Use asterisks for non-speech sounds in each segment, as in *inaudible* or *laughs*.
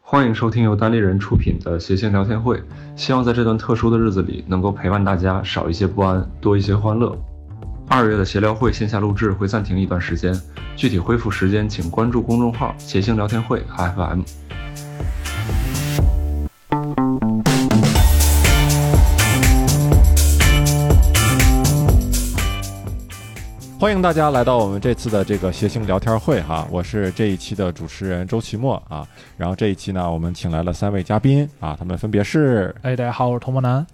欢迎收听由单立人出品的《斜线聊天会》，希望在这段特殊的日子里能够陪伴大家少一些不安，多一些欢乐。二月的协聊会线下录制会暂停一段时间，具体恢复时间请关注公众号“谐星聊天会 FM”。欢迎大家来到我们这次的这个谐星聊天会哈，我是这一期的主持人周奇墨啊。然后这一期呢，我们请来了三位嘉宾啊，他们分别是哎，大家好，我是童博南。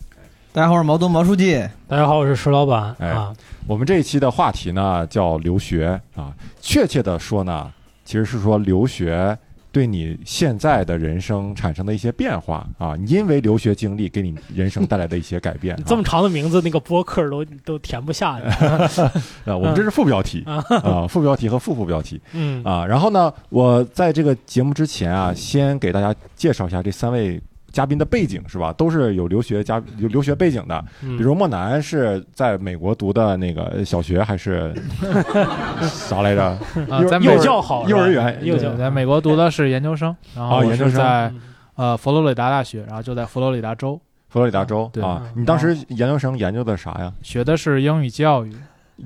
大家好，我是毛东毛书记。大家好，我是石老板、哎啊。我们这一期的话题呢叫留学啊，确切的说呢，其实是说留学对你现在的人生产生的一些变化啊，你因为留学经历给你人生带来的一些改变。这么长的名字，那个播客都都填不下 *laughs* 去。啊，我们这是副标题啊啊，副标题和副副标题。嗯啊，然后呢，我在这个节目之前啊，先给大家介绍一下这三位嘉宾的背景，是吧？都是有留学家有留学背景的，嗯，比如莫南是在美国读的那个小学还是 *laughs* 啥来着？啊幼，在美幼幼教好，幼儿园幼对教嗯在美国读的是研究生，然后哦我研究是生在呃佛罗里达大学，然后就在佛罗里达州佛罗里达州对啊。你当时研究生研究的啥呀？学的是英语教育。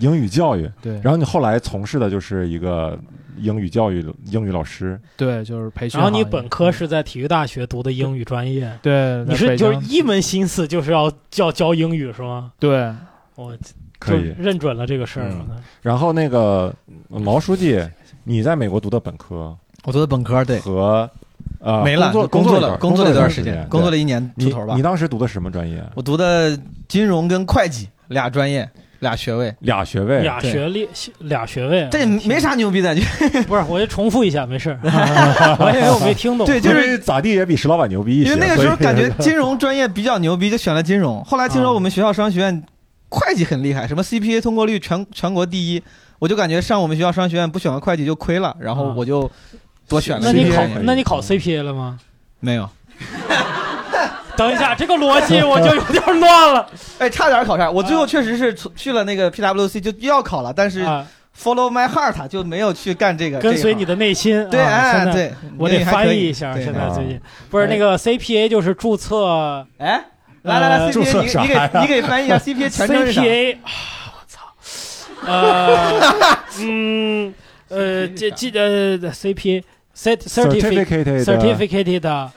英语教育。对，然后你后来从事的就是一个英语教育英语老师，对，就是培训然行后业。你本科是在体育大学读的英语专业，嗯对，你在是北啊就是京一门心思就是要教教英语是吗？对我可就以。认准了这个事儿嗯然后那个毛书记，你在美国读的本科，我读的本科，对，和呃没了，工作啊工作了，工工作了一一段时间，工作了一年对出头吧你。你。当时读的什么专业？我读的金融跟会计俩专业，俩学位，俩学位。俩学历俩学位，这没啥牛逼的，就不是， *laughs* 我就重复一下，没事儿， *laughs* 我以为我没听懂。对，就因是为咋地也比石老板牛逼一因些。为那个时候所以感 *laughs* 觉金融专业比较牛逼，就选了金融。后来听说我们学校商学院会计很厉害，什么 CPA 通过率全全国第一，我就感觉上我们学校商学院不选个会计就亏了，然后我就多选了那一你个考专业。那你嗯考 CPA 了吗？没有？等一下，这个逻辑我就有点乱了。哎，差点考上。我最后确实是出去了那个 PWC 就要考了，但 *laughs* 是啊， Follow my heart 就没有去干这个，跟随这你的内心。一行对，啊现哎，在对，我英得语还翻可译以一下，对现在啊最近不是那个 CPA 就是注册哎，来来呃来注册，CPA，啥你呀给你给翻译一下 CPA 全称是 *laughs* 啥？ CPA 啊，我操，呃，嗯，呃，这记呃 CPA cert certificate certificate certificate 的，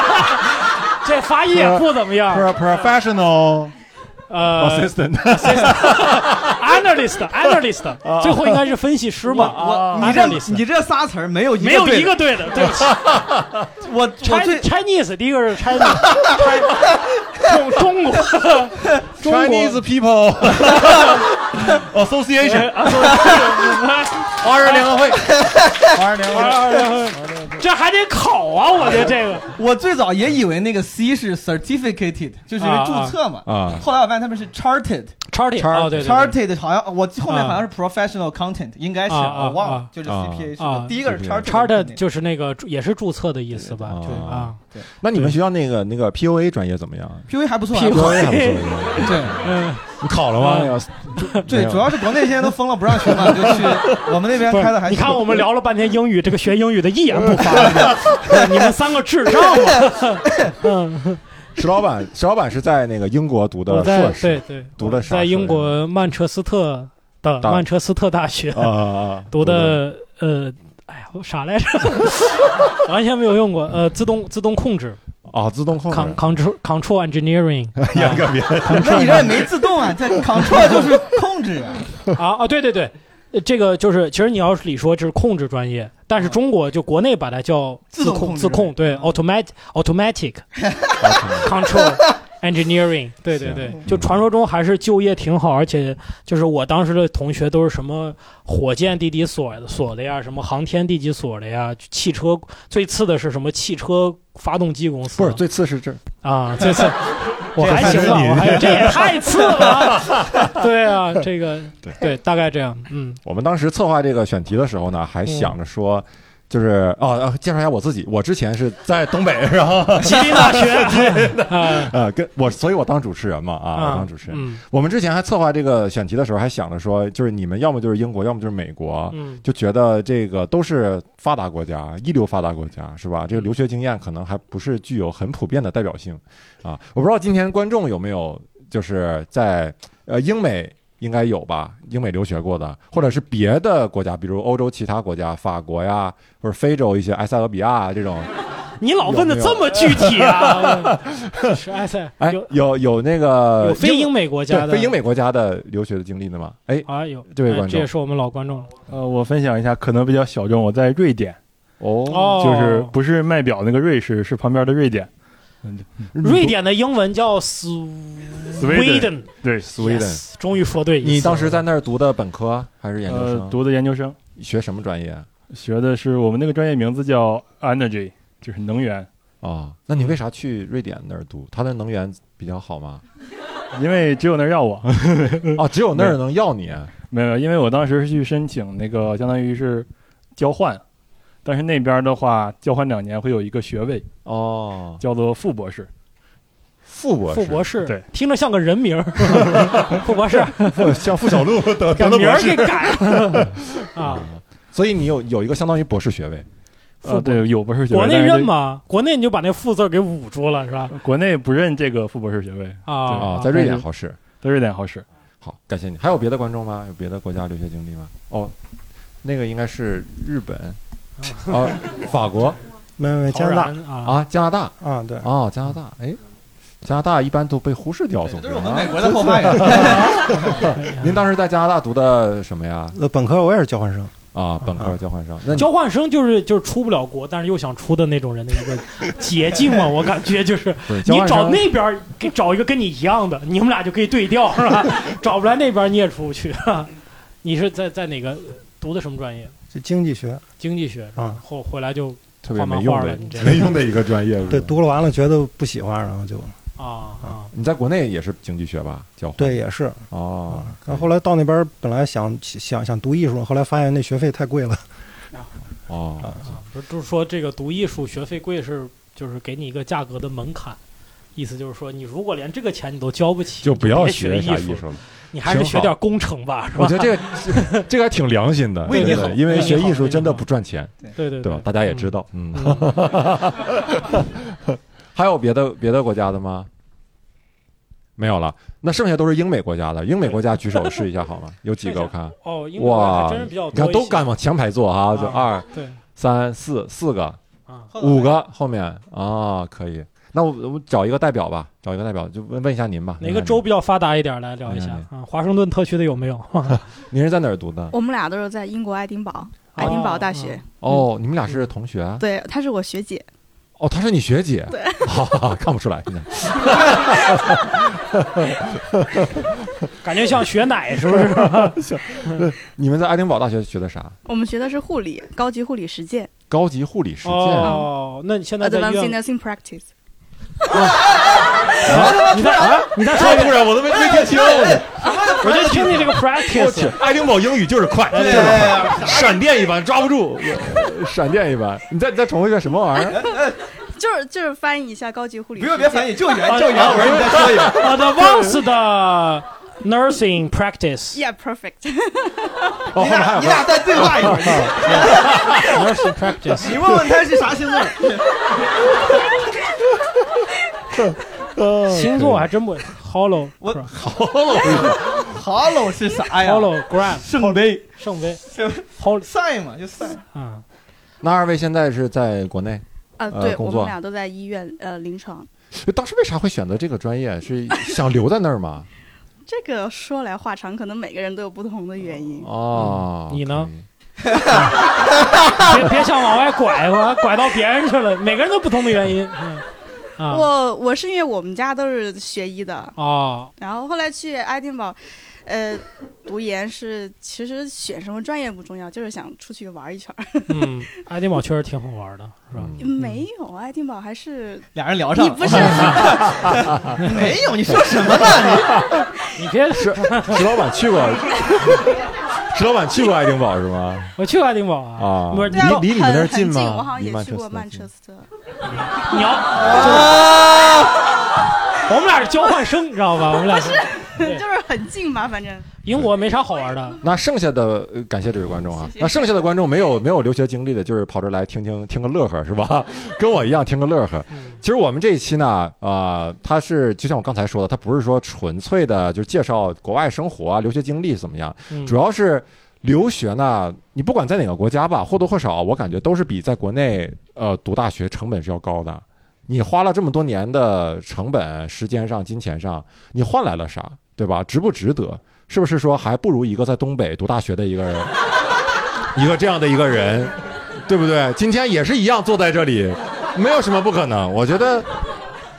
*laughs* 这发音也不怎么样， pro- *laughs* *laughs* professional 哦呃 assistant *laughs* *laughs* ，analyst analyst，最后应该是分析师啊我吧。我啊你按照历史这你这仨词儿没有一个没有对一个对的，对不起。的我我最 Chinese Chinese，第一个是 *laughs* Chinese，中中国中国 Chinese *laughs* people association 华人联合 *laughs* 会，华人联合会。这还得考啊！我觉得这个，我最早也以为那个 C 是 certificated，就是啊注册嘛。啊后来我发现他们是 charted，charted 叉 T 啊，对对对，好像我后面好像是 professional content，应该是啊啊我忘啊了，就是啊 CPA 是啊的第一个是 CPA charted， charted 就是那个注也是注册的意思吧？对就啊，那你们学校那个那个 POA 专业怎么样 PV 还不错啊。？POA 还 E 不错，哎 *laughs* 对你考了吗那个？对没，有主要是国内现在都封了，不让学嘛，就去我们那边不开的还行。是，你 *laughs* 看我们聊了半天英语，这个学英语的一言不 *laughs* 发，你们三个智障啊！ *laughs* 嗯，石老板， *laughs* 石老板是在那个英国读我的在硕对士，对，读的啥在英国曼彻斯特的大曼彻斯特大学啊啊啊，读的呃，哎呀，我啥来着？ *laughs* 完全没有用过，呃，自动自动控制啊，自动控制，con。control control *laughs* engineering 严格别那你这也没自动啊，这 control 就是控制啊。 *laughs* 啊啊，对对对，呃这个就是其实你要是理说这是控制专业，但是中国就国内把它叫嗯自动控控制嗯自控，对，automatic *laughs* automatic control engineering，对对对行，就传说中还是就业挺好，而且就是我当时的同学都是什么火箭地底所所的呀，什么航天地基所的呀，汽车最次的是什么汽车发动机公司，不是最次是这儿，啊，这次我这还还行是吧，你我还这也太次了。 *laughs* 对啊，这个对对，大概这样，嗯我们当时策划这个选题的时候呢，还想着说，就是哦、呃介绍一下我自己，我之前是在东北，然后 *laughs* 吉林大学啊呃，跟我，所以我当主持人嘛啊，我当主持人。嗯我们之前还策划这个选题的时候，还想着说，就是你们要么就是英国，要么就是美国，嗯就觉得这个都是发达国家，一流发达国家是吧？这个留学经验可能还不是具有很普遍的代表性啊。我不知道今天观众有没有就是在呃英美应该有吧，英美留学过的，或者是别的国家，比如欧洲其他国家，法国呀，或者非洲一些埃塞俄比亚啊这种。你老问的这么具体啊？ *laughs* 是埃塞哎有，有有那个有非英美国家的对非英美国家的留学的经历的吗？哎，啊有，这位哎观众这也是我们老观众了。呃，我分享一下，可能比较小众。我在瑞典，哦，哦，就是不是卖表那个瑞士，是旁边的瑞典。瑞典的英文叫 Sweden， Sweden 对， Sweden， Yes，终于说对一次了。你当时在那儿读的本科还是研究呃，生？读的研究生，学什么专业？学的是我们那个专业名字叫 energy，就是能源。哦，那你为啥去瑞典那儿读？它的能源比较好吗？因为哎只有那儿要我，哦，只有那儿能要你。没有，因为我当时是去申请那个，相当于是交换，但是那边的话，交换两年会有一个学位，哦，叫做副博士。副博士，傅博士，对，听着像个人名儿，傅博士，士，像傅小 *laughs* 璐得把得了名博儿士给改了 *laughs* 啊。嗯所以你有有一个相当于博士学位。副呃，博对，有博士学位，国内但是认？吗？国内你就把那“副”字给捂住了，是吧？国内不认这个副博士学位，啊啊，在瑞典好使。在瑞典好使。好，感谢你。还有别的观众吗？有别的国家留学经历吗？哦，那个应该是日本，哦，法国没有没有加陶拿然大啊，啊，加拿大啊，对，哦，加拿大，哎，加拿大一般都被忽视掉，总都觉得是我们啊美国的后花园。您当时在加拿大读的什么呀？呃，本科我也是交换生，啊，本科交换生。那你交换生就是就是出不了国，但是又想出的那种人的一个捷径嘛。我感觉就是不 *laughs* 是交你换找生那边儿给找一个跟你一样的，你们俩就可以对调，是 *laughs* 吧？找不来那边儿你也出不去。 *laughs* 你是在在哪个读的什么专业？就经济学经济学是吧啊？后回来就特别画漫没用画的了你这，没用的一个专业。对，是吧读了完了觉得不喜欢，然后就啊啊你在国内也是经济学吧？交换对也是哦啊。，然后后来到那边本来想想想读艺术，后来发现那学费太贵了，哦，啊！不是就是说这个读艺术学费贵是就是给你一个价格的门槛，意思就是说你如果连这个钱你都交不起，就不要别学学啥术艺了。术了。你还是挺好学点工程吧，是 *laughs* 我吧？觉得这个这个还挺良心的，为你对对对好因为为学你好艺术为你真的好不赚钱，对对对吧？大家也知。道，嗯。嗯还有别的别的国家的吗？没有了，那剩下都是英美国家的。英美国家举手试一下好吗？有几个我看，哦，英国还哇真是比较，你多看一些，都敢往前排坐啊，啊就二对三四四个，啊，五个后面啊，可以。那我我找一个代表吧，找一个代表就问问一下您吧。哪个州比较发达一点？来聊一下哎呀啊，华盛顿特区的有没有？ *laughs* 您是在哪儿读的？我们俩都是在英国爱丁堡，爱丁堡大啊学。嗯哦，你们俩是同学。对，她是我学姐。哦，她是你学姐。对， *laughs* 哈哈，看不出来。现在感觉像雪奶 *laughs* 是不是？你们在爱丁堡大学学的啥？我们学的是护理，高级护理实践高级护理实践。哦，那你现在在医 （Advanced 院？ Nursing Practice）。你在啊？哎你在说哎，突然我都没没听清。我就 *laughs* 听你这个我去 practice，，爱丁堡英语就是快，对这哎种闪电一般抓不住， *laughs* 闪电一般。你再你再重复一遍什么玩意哎儿？就是就是翻译一下高级护理不用别翻译。译，就原就原文，你再说一 *laughs* 遍。我的 v a *laughs* n c e 的 nursing practice。 Yeah, perfect. *laughs* 哦，后你面还俩有你个俩再对话一会儿， nursing practice，你问问他是啥星座。星座我还真不 hollow，我 *laughs* Hollow Hello 是啥呀 hollow gram 圣杯圣杯圣 hollow sign 嘛，就 sign。啊，那二位现在是在国内？啊，呃对，工我作们俩都在医院呃临床。哎当时为啥会选择这个专业？是想留在那儿吗？这个说来话长，可能每个人都有不同的原因。哦，你呢可以？啊别别想往外拐，我 *laughs* 拐到别人去了。每个人都不同的原因。嗯啊我我是因为我们家都是学医的，哦，然后后来去爱丁堡，呃，读研是其实选什么专业不重要，就是想出去玩一圈儿。嗯，爱丁堡确实挺好玩的，是吧？嗯没有，爱丁堡还是俩人聊上你了，不是 *laughs* 没有？你说什么呢？你别石老板去过， *laughs* 石老板去过爱丁堡是吗？我去过爱丁堡啊，啊，不是对啊离离你们那儿很很吗？我好像离也去过曼曼彻彻斯斯特。你要，我们俩是交换生，你知道吧？我们俩是 *laughs* 对就是很近嘛，反正英国没啥好玩的，那剩下的呃感谢这位观众啊，谢谢那剩下的观众没有没有留学经历的，就是跑这儿来听听听个乐呵是 *laughs* 吧？跟我一样听个乐呵。嗯其实我们这一期呢，啊，它是就像我刚才说的，它不是说纯粹的就是介绍国外生活啊、留学经历怎么样，嗯主要是留学呢，你不管在哪个国家吧，或多或少我感觉都是比在国内呃读大学成本是要高的。你花了这么多年的成本、时间上、金钱上，你换来了啥，对吧？值不值得？是不是说还不如一个在东北读大学的一个人， *laughs* 一个这样的一个人，对不对？今天也是一样坐在这里，没有什么不可能。我觉得，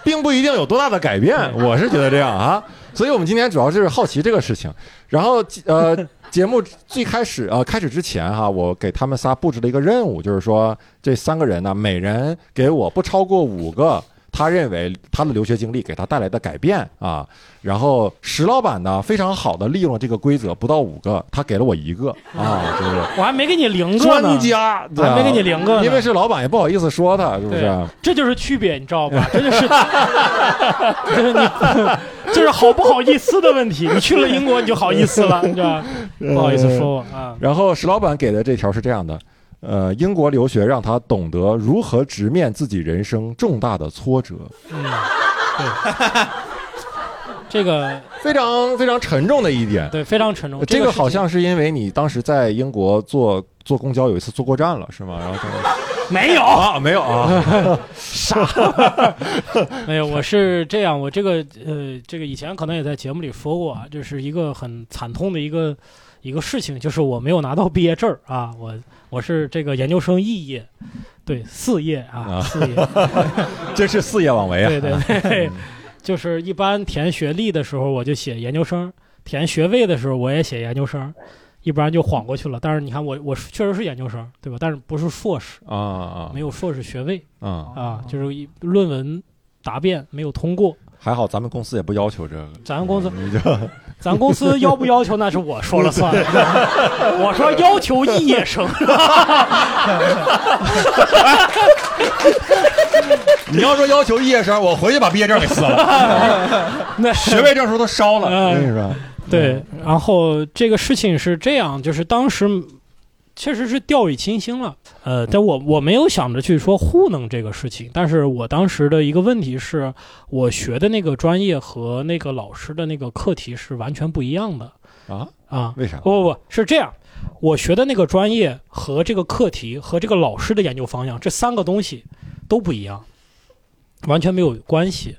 并不一定有多大的改变，我是觉得这样啊。所以我们今天主要就是好奇这个事情。然后呃，节目最开始呃开始之前哈、我给他们仨布置了一个任务，就是说这三个人呢，每人给我不超过五个。他认为他的留学经历给他带来的改变啊，然后石老板呢非常好的利用了这个规则，不到五个，他给了我一个啊，就是我还没给你零嗯个呢专，家，对我啊还没给你零个呢，因为是老板也不好意思说他，是不啊是？对这就是区别，你知道吧？这 *laughs* 就是就是你， *laughs* 就是好不好意思的问题。你去了英国，你就好意思 *laughs* 了，你知道吧？不好意思说我啊，然后石老板给的这条是这样的：呃，英国留学让他懂得如何直面自己人生重大的挫折，嗯，对，这个非常非常沉重的一点。对非常沉重。这个个好事情像是因为你当时在英国坐坐公交有一次坐过站了，是吗？然后他没 *laughs* 有，啊，没有啊， *laughs* 没有，哎我是这样，我这个呃，这个以前可能也在节目里说过啊，这是一个很惨痛的一个一个事情，就是我没有拿到毕业证儿啊，我我是这个研究生肄业，对四业啊啊，四业，真是四业妄为啊！对对 *laughs* 对，就是一般填学历的时候我就写研究生，填学位的时候我也写研究生，一不然就晃过去了。但是你看我我是确实是研究生，对吧？但是不是硕士，啊啊没有硕士学位啊啊！啊，就是一论文答辩没有通过。还好咱们公司也不要求这个，咱公司你就 *laughs* 咱公司要不要求那是我说 *laughs* 了算，我说要求肄业生，你要说要求毕业生，我回去把毕业证给撕了，那学位证书都烧了。嗯我跟你说，对。然后这个事情是这样，就是当时确实是掉以轻心了，呃，嗯但我我没有想着去说糊弄这个事情，但是我当时的一个问题是我学的那个专业和那个老师的那个课题是完全不一样的啊啊，为啥？不不不是这样，我学的那个专业和这个课题和这个老师的研究方向这三个东西都不一样，完全没有关系。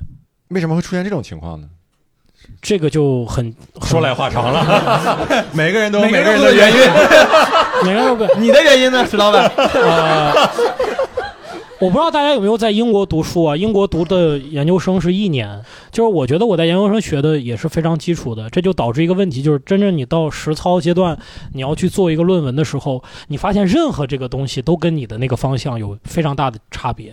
为什么会出现这种情况呢？这个就很说来话长了， *laughs* 每个人都有每个每个人人都有的原因。每个人都不你的原因呢，石老板？呃， *laughs* 我不知道大家有没有在英国读书啊？英国读的研究生是一年，就是我觉得我在研究生学的也是非常基础的，这就导致一个问题，就是真正你到实操阶段，你要去做一个论文的时候，你发现任何这个东西都跟你的那个方向有非常大的差别。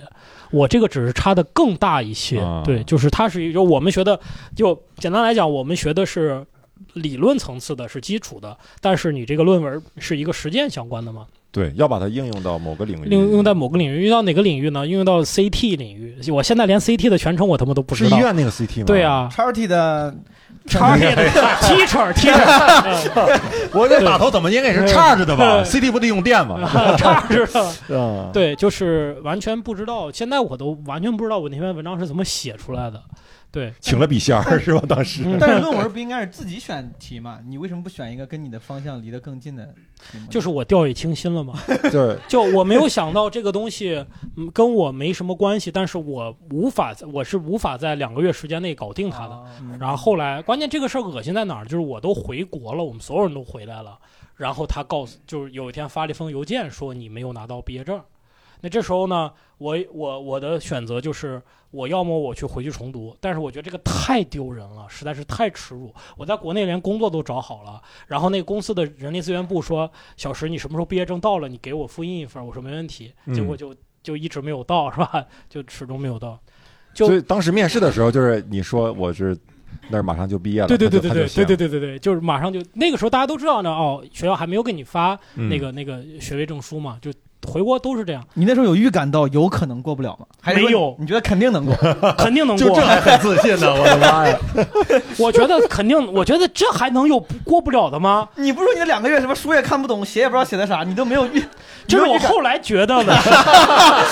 我这个只是差的更大一些，啊对，就是它是一就我们学的，就简单来讲，我们学的是理论层次的，是基础的，但是你这个论文是一个实践相关的嘛，对，要把它应用到某个领域，应用在某个领域，用到哪个领域呢？应用到 CT 领域。我现在连 CT 的全称我他妈都不是知医道。院那个 CT 吗？对，啊叉 T 的， *laughs* ，Target 的 *laughs* teacher teacher， *laughs* 我这打头怎么应该是叉着的吧？CT 不得用电吗？叉知道。啊，对，就是完全不知道。现在我都完全不知道我那篇文章是怎么写出来的。对，请了笔仙儿是吧？当时嗯但是论文不应该是自己选题吗？你为什么不选一个跟你的方向离得更近的题目呢？就是我掉以轻心了嘛。 *laughs* 就是就我没有想到这个东西嗯跟我没什么关系，但是我无法，我是无法在两个月时间内搞定它的。嗯然后后来，关键这个事儿恶心在哪儿？就是我都回国了，我们所有人都回来了，然后他告诉，就是有一天发了一封邮件说你没有拿到毕业证。那这时候呢，我我我的选择就是，我要么我去回去重读，但是我觉得这个太丢人了，实在是太耻辱。我在国内连工作都找好了，然后那公司的人力资源部说，小石你什么时候毕业证到了，你给我复印一份儿。我说没问题，结果就就一直没有 *laughs* 到，是吧？就始终没有到。就所以当时面试的时候，就是你说我是那儿马上就毕业了，对对对对他就他就行对对对对对对，就是马上就那个时候大家都知道呢，哦，学校还没有给你发嗯那个那个学位证书嘛，就回国都是这样，你那时候有预感到有可能过不了吗？还是说没有你觉得肯定能过？肯 *laughs* 定能就过这。还很自信呢，我的 *laughs* 妈呀！我觉得肯定，我觉得这还能有不过不了的吗？ *laughs* 你不是说你那两个月什么书也看不懂，写也不知道写的啥，你都没有 *laughs* 预，这是我后来觉得的。 *laughs*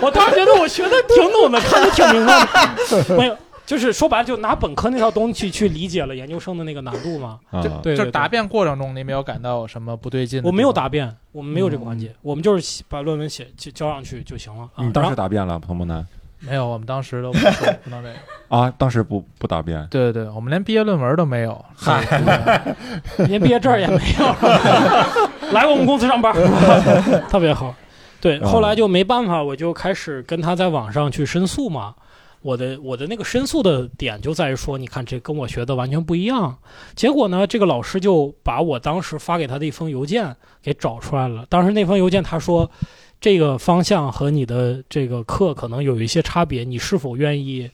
我当时觉得我学的挺懂的，看的挺明白的。没有，就是说白了，就拿本科那套东西去理解了研究生的那个难度嘛。啊，对对就是对答辩过程中，你没有感到有什么不对劲？我没有，答辩，我们没有这个环节，我们就是写把论文写就交上去就行了。啊你嗯当然时后答辩了，彭彭南没有，我们当时 *laughs* 都不说不能这个。啊，当时不不答辩，对对对，我们连毕业论文都没有。嗨对，连毕业证儿也没有， *laughs* 来我们公司上班儿， *laughs* 特别好。对，啊后来就没办法，我就开始跟他在网上去申诉嘛。我的我的那个申诉的点就在于说，你看这跟我学的完全不一样。结果呢，这个老师就把我当时发给他的一封邮件给找出来了。当时那封邮件他说，这个方向和你的这个课可能有一些差别，你是否愿意？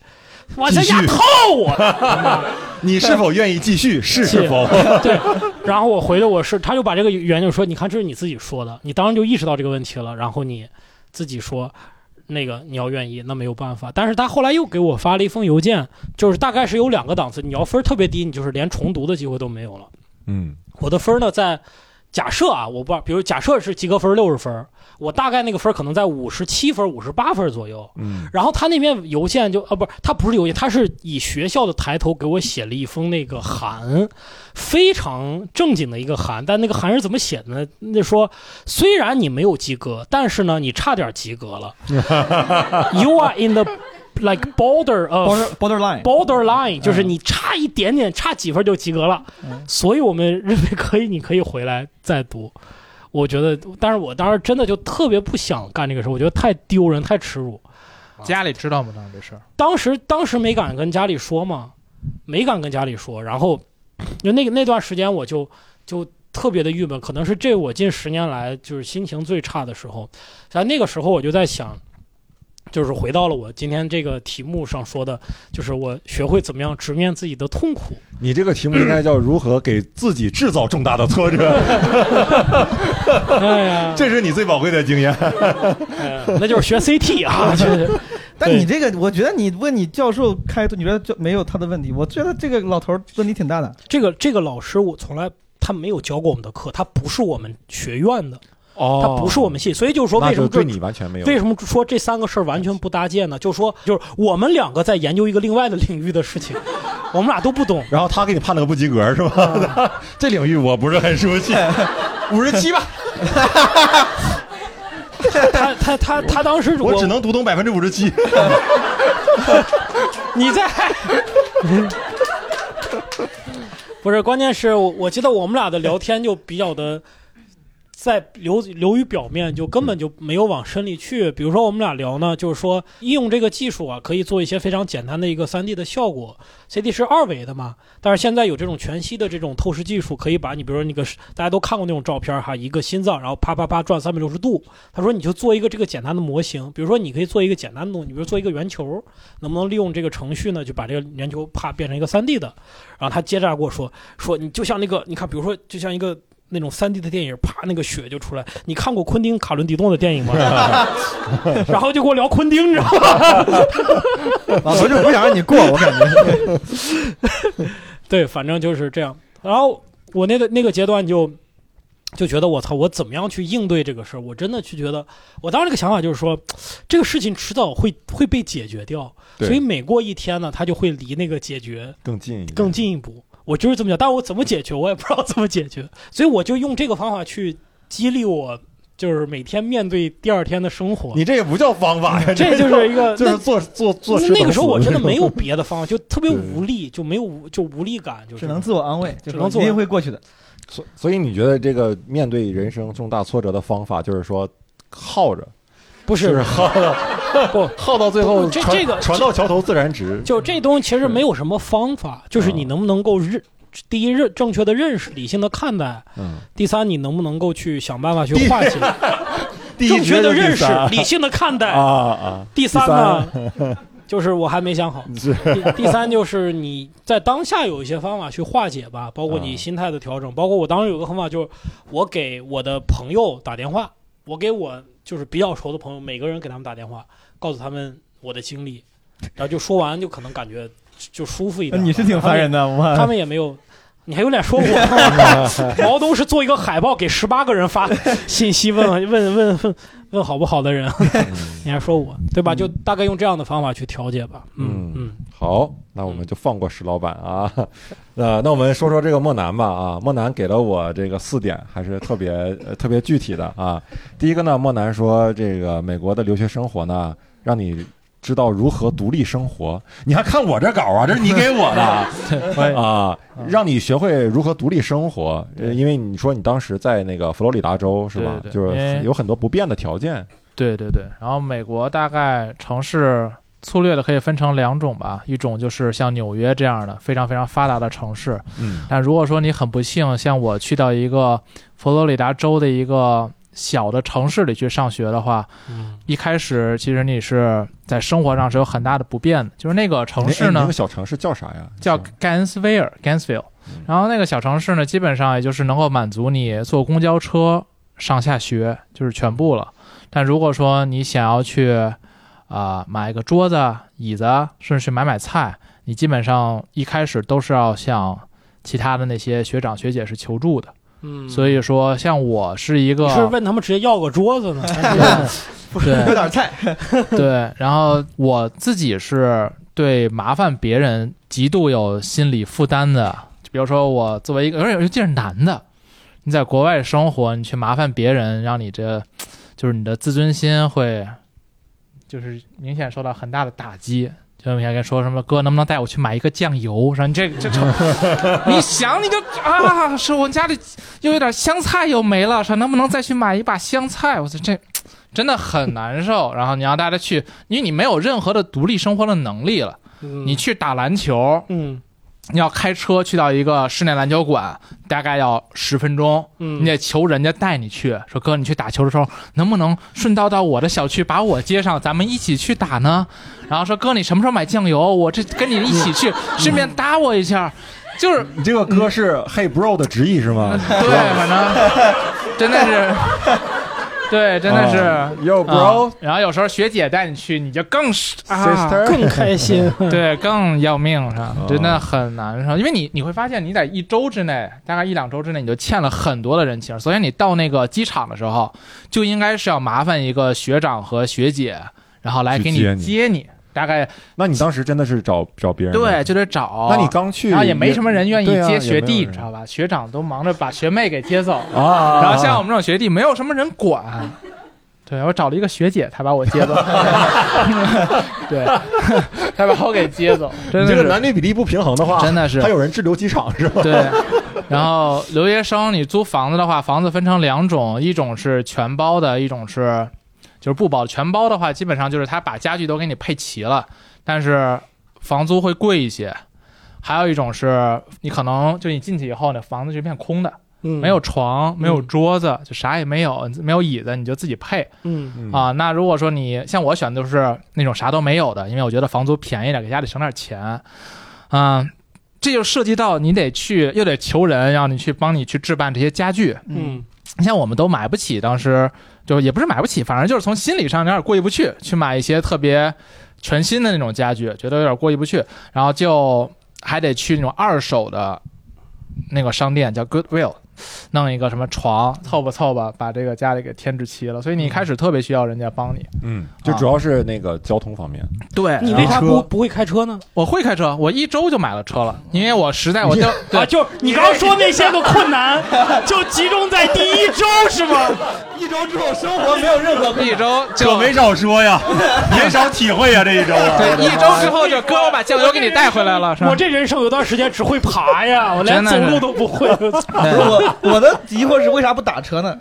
我这继丫续套我，你是否愿意继续？是是否？对，然后我回了我是，他就把这个原就说，你看这是你自己说的，你当时就意识到这个问题了，然后你自己说。那个你要愿意，那没有办法。但是他后来又给我发了一封邮件，就是大概是有两个档次，你要分儿特别低，你就是连重读的机会都没有了。嗯我的分儿呢，在假设啊，我不知道，比如假设是及格分六十分儿，我大概那个分儿可能在五十七分、五十八分左右。嗯然后他那边邮件就啊，不是他不是邮件，他是以学校的抬头给我写了一封那个函，非常正经的一个函。但那个函是怎么写的呢？那说虽然你没有及格，但是呢，你差点及 *laughs* 格了。you are in the like border of border borderline，哦 borderline，就是你差一点点，差几分就及格了。嗯所以我们认为可以，你可以回来再读。我觉得，但是我当时真的就特别不想干这个事儿，我觉得太丢人，太耻辱。家里知道吗？当时这事儿，当时当时没敢跟家里说嘛，没敢跟家里说。然后就那个那段时间，我就就特别的郁闷，可能是这我近十年来就是心情最差的时候。在那个时候，我就在想，就是回到了我今天这个题目上说的，就是我学会怎么样直面自己的痛苦。你这个题目应该叫如何给自己制造重大的挫折， *laughs* 哎呀，这是你最宝贵的经验。哎呀那就是学 CT *laughs* 啊，就是但你这个，我觉得你问你教授开，你觉得就没有他的问题？我觉得这个老头儿问题挺大的。这个这个老师，我从来他没有教过我们的课，他不是我们学院的，哦他不是我们系，所以就是说为什那就么对这你完全没有？为什么说这三个事儿完全不搭界呢？就是说，就是我们两个在研究一个另外的领域的事情，我们俩都不懂。然后他给你判了个不及格是嗯吧？ *laughs* 这领域我不是很熟悉。哎五十七吧，他他他他当时我只能读懂百分之五十七。你在。不是，关键是我我记得我们俩的聊天就比较的，在流流于表面，就根本就没有往深里去。比如说我们俩聊呢，就是说应用这个技术啊，可以做一些非常简单的一个 3D 的效果。3D 是二维的嘛，但是现在有这种全息的这种透视技术，可以把你比如说那个大家都看过那种照片哈，一个心脏然后啪啪啪转三百六十度。他说你就做一个这个简单的模型，比如说你可以做一个简单的东西，比如做一个圆球，能不能利用这个程序呢，就把这个圆球啪变成一个3 D 的？然后他接着跟我说说，你就像那个，你看，比如说，就像一个那种3 D 的电影，啪，那个血就出来。你看过昆汀·卡伦迪诺的电影吗？然后就给我聊昆汀，你知道吗？老头就不想让你过，哦我感觉。对，反正就是这样。然后我那个那个阶段就就觉得我操，我怎么样去应对这个事儿？我真的去觉得，我当时这个想法就是说，这个事情迟早会会被解决掉，对所以每过一天呢，它就会离那个解决更近一点，更进一步。嗯我就是这么讲，但我怎么解决，我也不知道怎么解决，所以我就用这个方法去激励我，就是每天面对第二天的生活。你这也不叫方法呀，这就是一个这 *laughs* 就是做做做那事。那个时候我真的没有别的方法，就特别对无力，就没有无就无力感，就是 *laughs* 只能自我安慰，就只是能自一我定会过去的。所所以你觉得这个面对人生重大挫折的方法，就是说耗着，不就是是耗到不耗到最后不这船这个船到桥头自然直。就这东西其实没有什么方法，就是嗯你能不能够认。第一认正确的认识，理性的看待；嗯，第三，你能不能够去想办法去第化解？ *laughs* 第一正确绝的对是认识第三， *laughs* 理性的看待。啊啊， *laughs* 第三呢，就是我还没想好。是第第三就是你在当下有一些方法去化解吧，包括啊你心态的调整，包括我当时有个方法就是我给我的朋友打电话，我给我就是比较熟的朋友，每个人给他们打电话，告诉他们我的经历，然后就说完就可能感觉就舒服一点吧。你是挺烦人的，我他们也，他哎们也没有。你还有脸 *laughs* 说我？毛东是做一个海报给十八个人发信息，问问问问问问好不好的人，啊嗯 *laughs* 你还说我对吧？就大概用这样的方法去调节吧。嗯嗯嗯。好，那我们就放过石老板啊。嗯呃， *laughs* 那我们说说这个莫南吧啊，莫南给了我这个四点，还是特别、呃、特别具体的啊。第一个呢，莫南说这个美国的留学生活呢，让你。知道如何独立生活，你还看我这稿啊？ *laughs* 这是你给我的哎啊，让你学会如何独立生活。呃因为你说你当时在那个佛罗里达州是吧？对对对哎因就是为有很多不变的条件。对对对，然后美国大概城市粗略的可以分成两种吧，一种就是像纽约这样的非常非常发达的城市，嗯但如果说你很不幸，像我去到一个佛罗里达州的一个小的城市里去上学的话，嗯一开始其实你是在生活上是有很大的不便的，就是那个城哎市你那呢个小城市叫啥呀？叫是 Gainesville Gainesville，然后那个小城市呢，基本上也就是能够满足你坐公交车上下学就是全部了。但如果说你想要去啊、买一个桌子、椅子，甚至去买买菜，你基本上一开始都是要向其他的那些学长学姐是求助的。嗯，所以说，像我是一个你是问他们直接要个桌子呢？ *laughs* 有对点菜，对，然后我自己是对麻烦别人极度有心理负担的。就比如说，我作为一个，而且尤其是男的，你在国外生活，你去麻烦别人，让你这就是你的自尊心会就是明显受到很大的打击。就明显跟说什么哥，能不能带我去买一个酱油？说你这这这，你想你就啊，是我家里又有点香菜又没了，说能不能再去买一把香菜？我说这真的很难受。 *laughs* 然后你让大家去，因为你没有任何的独立生活的能力了。你你去打篮球，嗯你要开车去到一个室内篮球馆，大概要十分钟。嗯，你得求人家带你去，说哥，你去打球的时候能不能顺道到我的小区把我接上，咱们一起去打呢？然后说哥，你什么时候买酱油？我这跟你一起去，顺便搭我一下。就是你这个歌是 Hey Bro 的直译是吗？对，反正真的是，对， *laughs* 真的是。 Yo 啊 Bro 然后有时候学姐带你去，你就更是啊， Sister，哦更开心。对，更要命是吧？真的很难受，因为你你会发现，你在一周之内，大概一两周之内，你就欠了很多的人情。所以你到那个机场的时候，就应该是要麻烦一个学长和学姐，然后来给你去接你接你。大概那你当时真的是找找别人？对，，就得找。那你刚去，然后也没什么人愿意对啊接学弟，也没有人你知道吧？学长都忙着把学妹给接走，啊啊？啊然后像我们这种学弟，没有什么人管。对，我找了一个学姐，她把 *laughs* 我接走。对，她把我给接走，真你的这是个男女比例不平衡的话，真的是还有人滞留机场是吧？对，然后留学生你租房子的话，房子分成两种，一种是全包的，一种是就是不包的。全包的话，基本上就是他把家具都给你配齐了，但是房租会贵一些。还有一种是你可能就你进去以后呢，房子是一片空的，嗯， *laughs* 没有床，没有桌子，就啥也没有，没有椅子，你就自己配嗯嗯，啊。那如果说你像我选的就是那种啥都没有的，因为我觉得房租便宜点，给家里省点钱，嗯。这就涉及到你得去，又得求人，让你去帮你去置办这些家具。嗯你像我们都买不起，当时就也不是买不起，反正就是从心理上有点过意不去，去买一些特别全新的那种家具，觉得有点过意不去，然后就还得去那种二手的那个商店，叫 Goodwill，弄一个什么床，凑吧凑吧，把这个家里给添置齐了。所以你一开始特别需要人家帮你。嗯，就主要是那个交通方 *laughs* 面。对你为啥不不会开车呢？我会开车，我一周就买了车了，因为我实在我就啊，对就你刚刚说那些个困难， *laughs* 就集中在第一周是吗？一周之后生活没有任何一周我就没少说 *laughs* 呀，没少体会呀，这一周啊。对一周之后就哥，我把酱油给你带回来了，是吧？我这人生有段时间只会爬呀，我连真的走是路都不会， *laughs* 不是我我的疑惑是为啥不打车呢？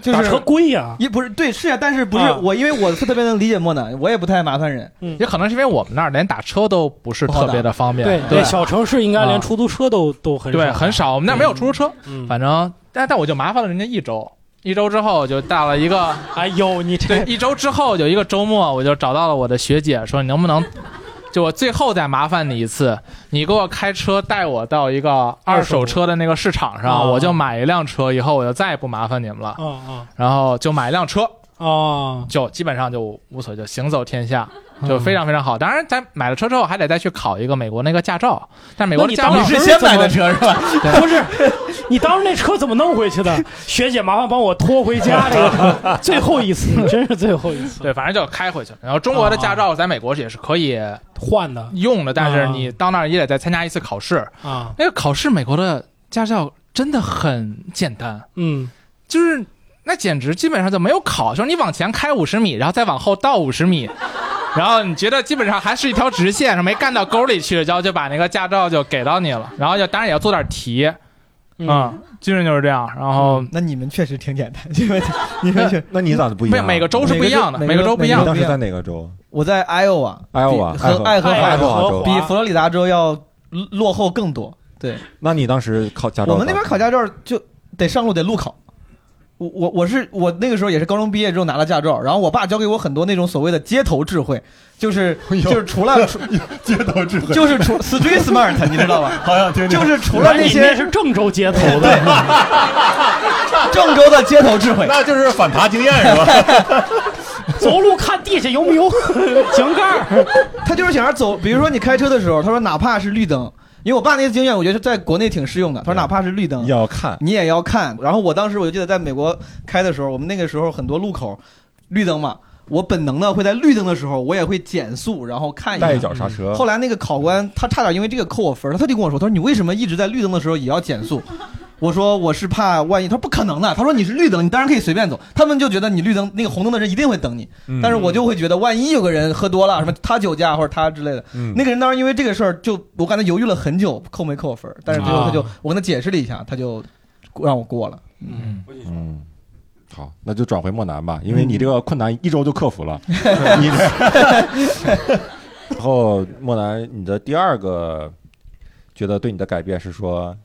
就打车是贵呀。也不是对是呀，但是不是啊我，因为我特别能理解莫南，我也不太麻烦人。也可能是因为我们那儿连打车都不是特别的方便，哦对对小城市应该连啊出租车都都很对很。少，我们那儿没有出租车，嗯，反正但但我就麻烦了人家一周，一周之后就到了一个 *laughs* 哎呦，你对这一周之后有一个周末，我就找到了我的学姐，说你能不能就我最后再麻烦你一次，你给我开车带我到一个二手车的那个市场二手上，哦我就买一辆车，以后我就再也不麻烦你们了。哦然后就买一辆车，哦哦，就基本上就无所谓，就行走天下，嗯就非常非常好。当然，咱买了车之后还得再去考一个美国那个驾照，但美国那的你驾照当时是先买的车是吧？不是，你当时那车怎么弄回去的？学姐，麻烦帮我拖回家，这个最后一次，真是最后一次对，反正就开回去。然后中国的驾哦照在美国也是可以换的用的，但是啊你到那儿也得再参加一次考试。啊，那个考试，美国的驾照真的很简单，嗯，就是那简直基本上就没有考，就是你往前开五十米，然后再往后倒五十米，然后你觉得基本上还是一条直线，没干到沟里去，然后就把那个驾照就给到你了，然后就当然也要做点题，嗯，基本就是这样，然后。那你们确实挺简单， *laughs* 因为你们确那你咋不一每样？每个州是不一样的，每每个个州不一你样每。当时在哪个州？我在 Iowa， Iowa，比和爱荷爱华荷州华州。比佛罗里达州要落后更多。对那你当时考驾照咋？我们那边考驾照就得上路得路考。我我我是我那个时候也是高中毕业之后拿了驾照，然后我爸教给我很多那种所谓的街头智慧，就是哎就是除了除街头智慧，就是除 street smart，你知道吧？好想听听。就是除不了那些是郑州街头的，郑州的街头 *laughs* 智慧，那就是反扒经验是 *laughs* 吧？走路看地下有没有 *laughs* 井盖儿，他就是想让走，比如说你开车的时候，他说哪怕是绿灯，因为我爸那个经验，我觉得是在国内挺适用的。他说哪怕是绿灯，要看，你也要看。然后我当时我就记得在美国开的时候，我们那个时候很多路口绿灯嘛，我本能的会在绿灯的时候，我也会减速，然后看一带一下。脚刹车。后来那个考官他差点因为这个扣我分儿，他就跟我说，他说你为什么一直在绿灯的时候也要减速？我说我是怕万一，他说不可能的，他说你是绿灯，你当然可以随便走。他们就觉得你绿灯那个红灯的人一定会等你，嗯但是我就会觉得万一有个人喝多了，什么他酒驾或者他之类的，嗯那个人当时因为这个事儿，就我跟他犹豫了很久，扣没扣我分儿，但是最后他就、我跟他解释了一下，他就让我过了。嗯，嗯，好，那就转回莫南吧，因为你这个困难一周就克服 *laughs* 了。你这，然后莫南，你的第二个觉得对你的改变是说，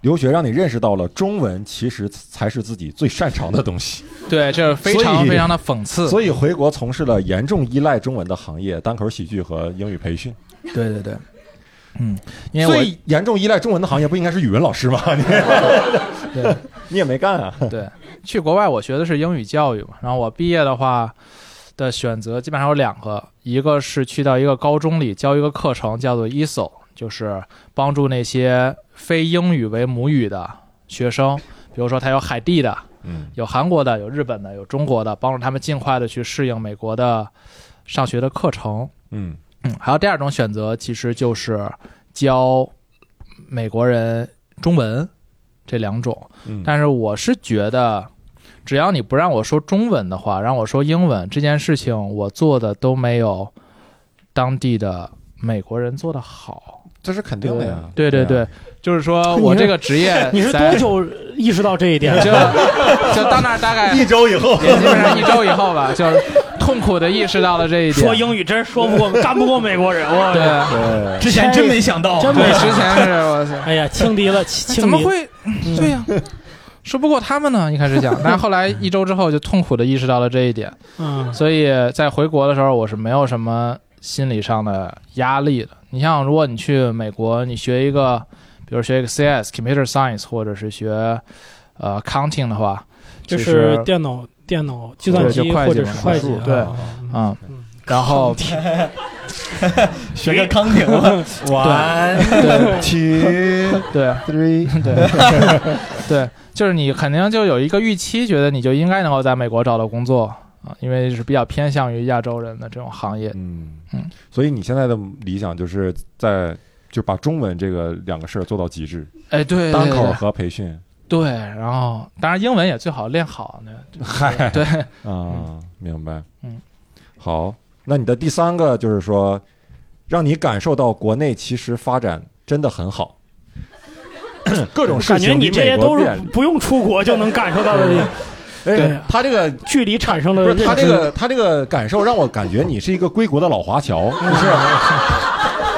留学让你认识到了中文其实才是自己最擅长的东西，对，这是非所常以非常的讽刺。所以回国从事了严重依赖中文的行业——单口喜剧和英语培训。对对对，嗯因为最严重依赖中文的行业不应该是语文老师吗？ *laughs* 你对你也没干啊。我对去国外，我学的是英语教育嘛，然后我毕业的话的选择基本上有两个，一个是去到一个高中里教一个课程，叫做 ESO，就是帮助那些非英语为母语的学生，比如说他有海地的，嗯有韩国的，有日本的，有中国的，帮助他们尽快的去适应美国的上学的课程。嗯嗯，还有第二种选择，其实就是教美国人中文这两种。嗯，但是我是觉得，只要你不让我说中文的话，让我说英文这件事情，我做的都没有当地的美国人做的好。这是肯定的呀。对对啊对，就是说我这个职业 *laughs* 你是在多久意识到这一 *laughs* 点？啊就就到那儿大概一周以后，也基本上一周以后吧，就是痛苦的意识到了这一点。说英语真说不过，干不过美国人，我对，对，之前真没想到，真对没，之前是我操，哎呀，轻敌了，轻怎轻么敌。会？对呀、嗯说不过他们呢。一开始讲，但是后 *laughs* 来一周之后就痛苦的意识到了这一点，嗯，所以在回国的时候我是没有什么心理上的压力的。你像，如果你去美国，你学一个，比如学一个 CS Computer Science，或者是学呃 Counting 的话，就其是实电脑、电脑、计算对机就会或计者嘛是会计数，对啊嗯，然后 *laughs* 学个康婷了， *laughs* 对七对 three *laughs* 对对，就是你肯定就有一个预期，觉得你就应该能够在美国找到工作啊，因为是比较偏向于亚洲人的这种行业。嗯嗯，所以你现在的理想就是在就把中文这个两个事儿做到极致，哎，对，单口和培训对，然后当然英文也最好练好呢。 *laughs* 嗨，对，啊，明白？嗯，好，那你的第三个就是说，让你感受到国内其实发展真的很 *coughs* 好，各种事感觉情你比这美些国都是便利。不用出国就能感受到的，对啊哎，他这个 *laughs* 距离产生了不是认知。他这个他这个感受让我感觉你是一个归国的老华 *laughs* 侨，啊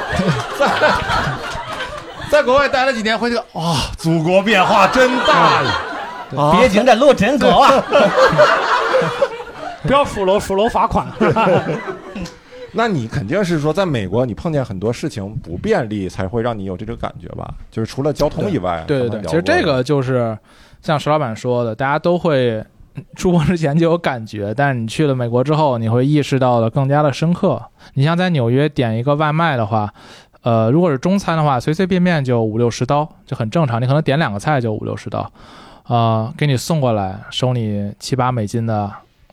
*laughs* 就是在国外待了几年，回去啊、祖国变化真大嗯呀！别紧展露真高啊！不要数楼，数楼罚款。那你肯定是说，在美国你碰见很多事情不便利，才会让你有这种感觉吧？就是除了交通以外，对对对，啊刚才聊其过实这个就是像石老板说的，大家都会嗯出国之前就有感觉，但是你去了美国之后，你会意识到的更加的深刻。你像在纽约点一个外卖的话，呃，如果是中餐的话，随随便便就五六十刀，就很正常。你可能点两个菜就五六十刀，啊、给你送过来，收你七八美金的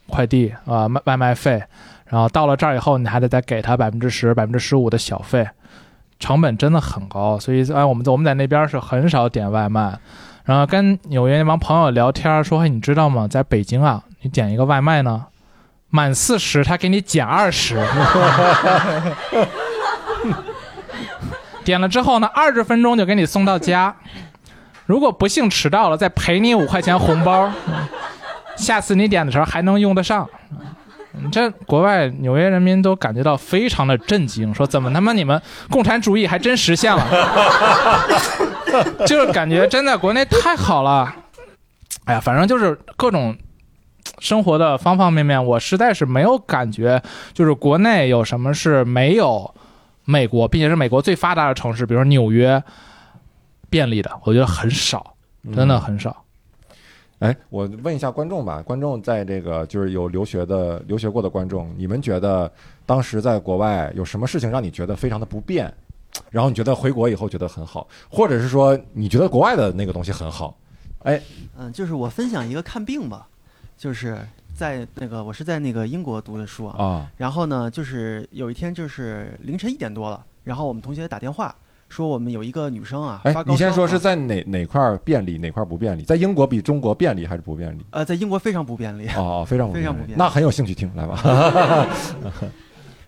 快递啊、外外卖费，然后到了这儿以后，你还得再给他百分之十、百分之十五的小费，成本真的很高，所以哎，我们在我们在那边是很少点外卖。然后跟纽约那帮朋友聊天说，嘿，哎你知道吗？在北京啊，你点一个外卖呢，满四十他给你减二十，点了之后呢，二十分钟就给你送到家。如果不幸迟到了，再赔你五块钱红包，下次你点的时候还能用得上。你这国外纽约人民都感觉到非常的震惊，说怎么他妈你们共产主义还真实现了， *laughs* 就是感觉真的国内太好了。哎呀，反正就是各种生活的方方面面，我实在是没有感觉，就是国内有什么是没有美国，并且是美国最发达的城市，比如说纽约，便利的，我觉得很少，嗯真的很少。哎，我问一下观众吧，观众在这个就是有留学的留学过的观众，你们觉得当时在国外有什么事情让你觉得非常的不便，然后你觉得回国以后觉得很好，或者是说你觉得国外的那个东西很好？哎，嗯，就是我分享一个看病吧，就是在那个我是在那个英国读的书啊，啊然后呢，就是有一天就是凌晨一点多了，然后我们同学打电话说我们有一个女生啊，哎发，高你先烧说是啊在哪哪块儿便利，哪块儿不便利？在英国比中国便利还是不 *laughs* 便利？呃在英国非常不便利，哦，哦非常不非常不便利那很有兴趣听，来 *laughs* 吧。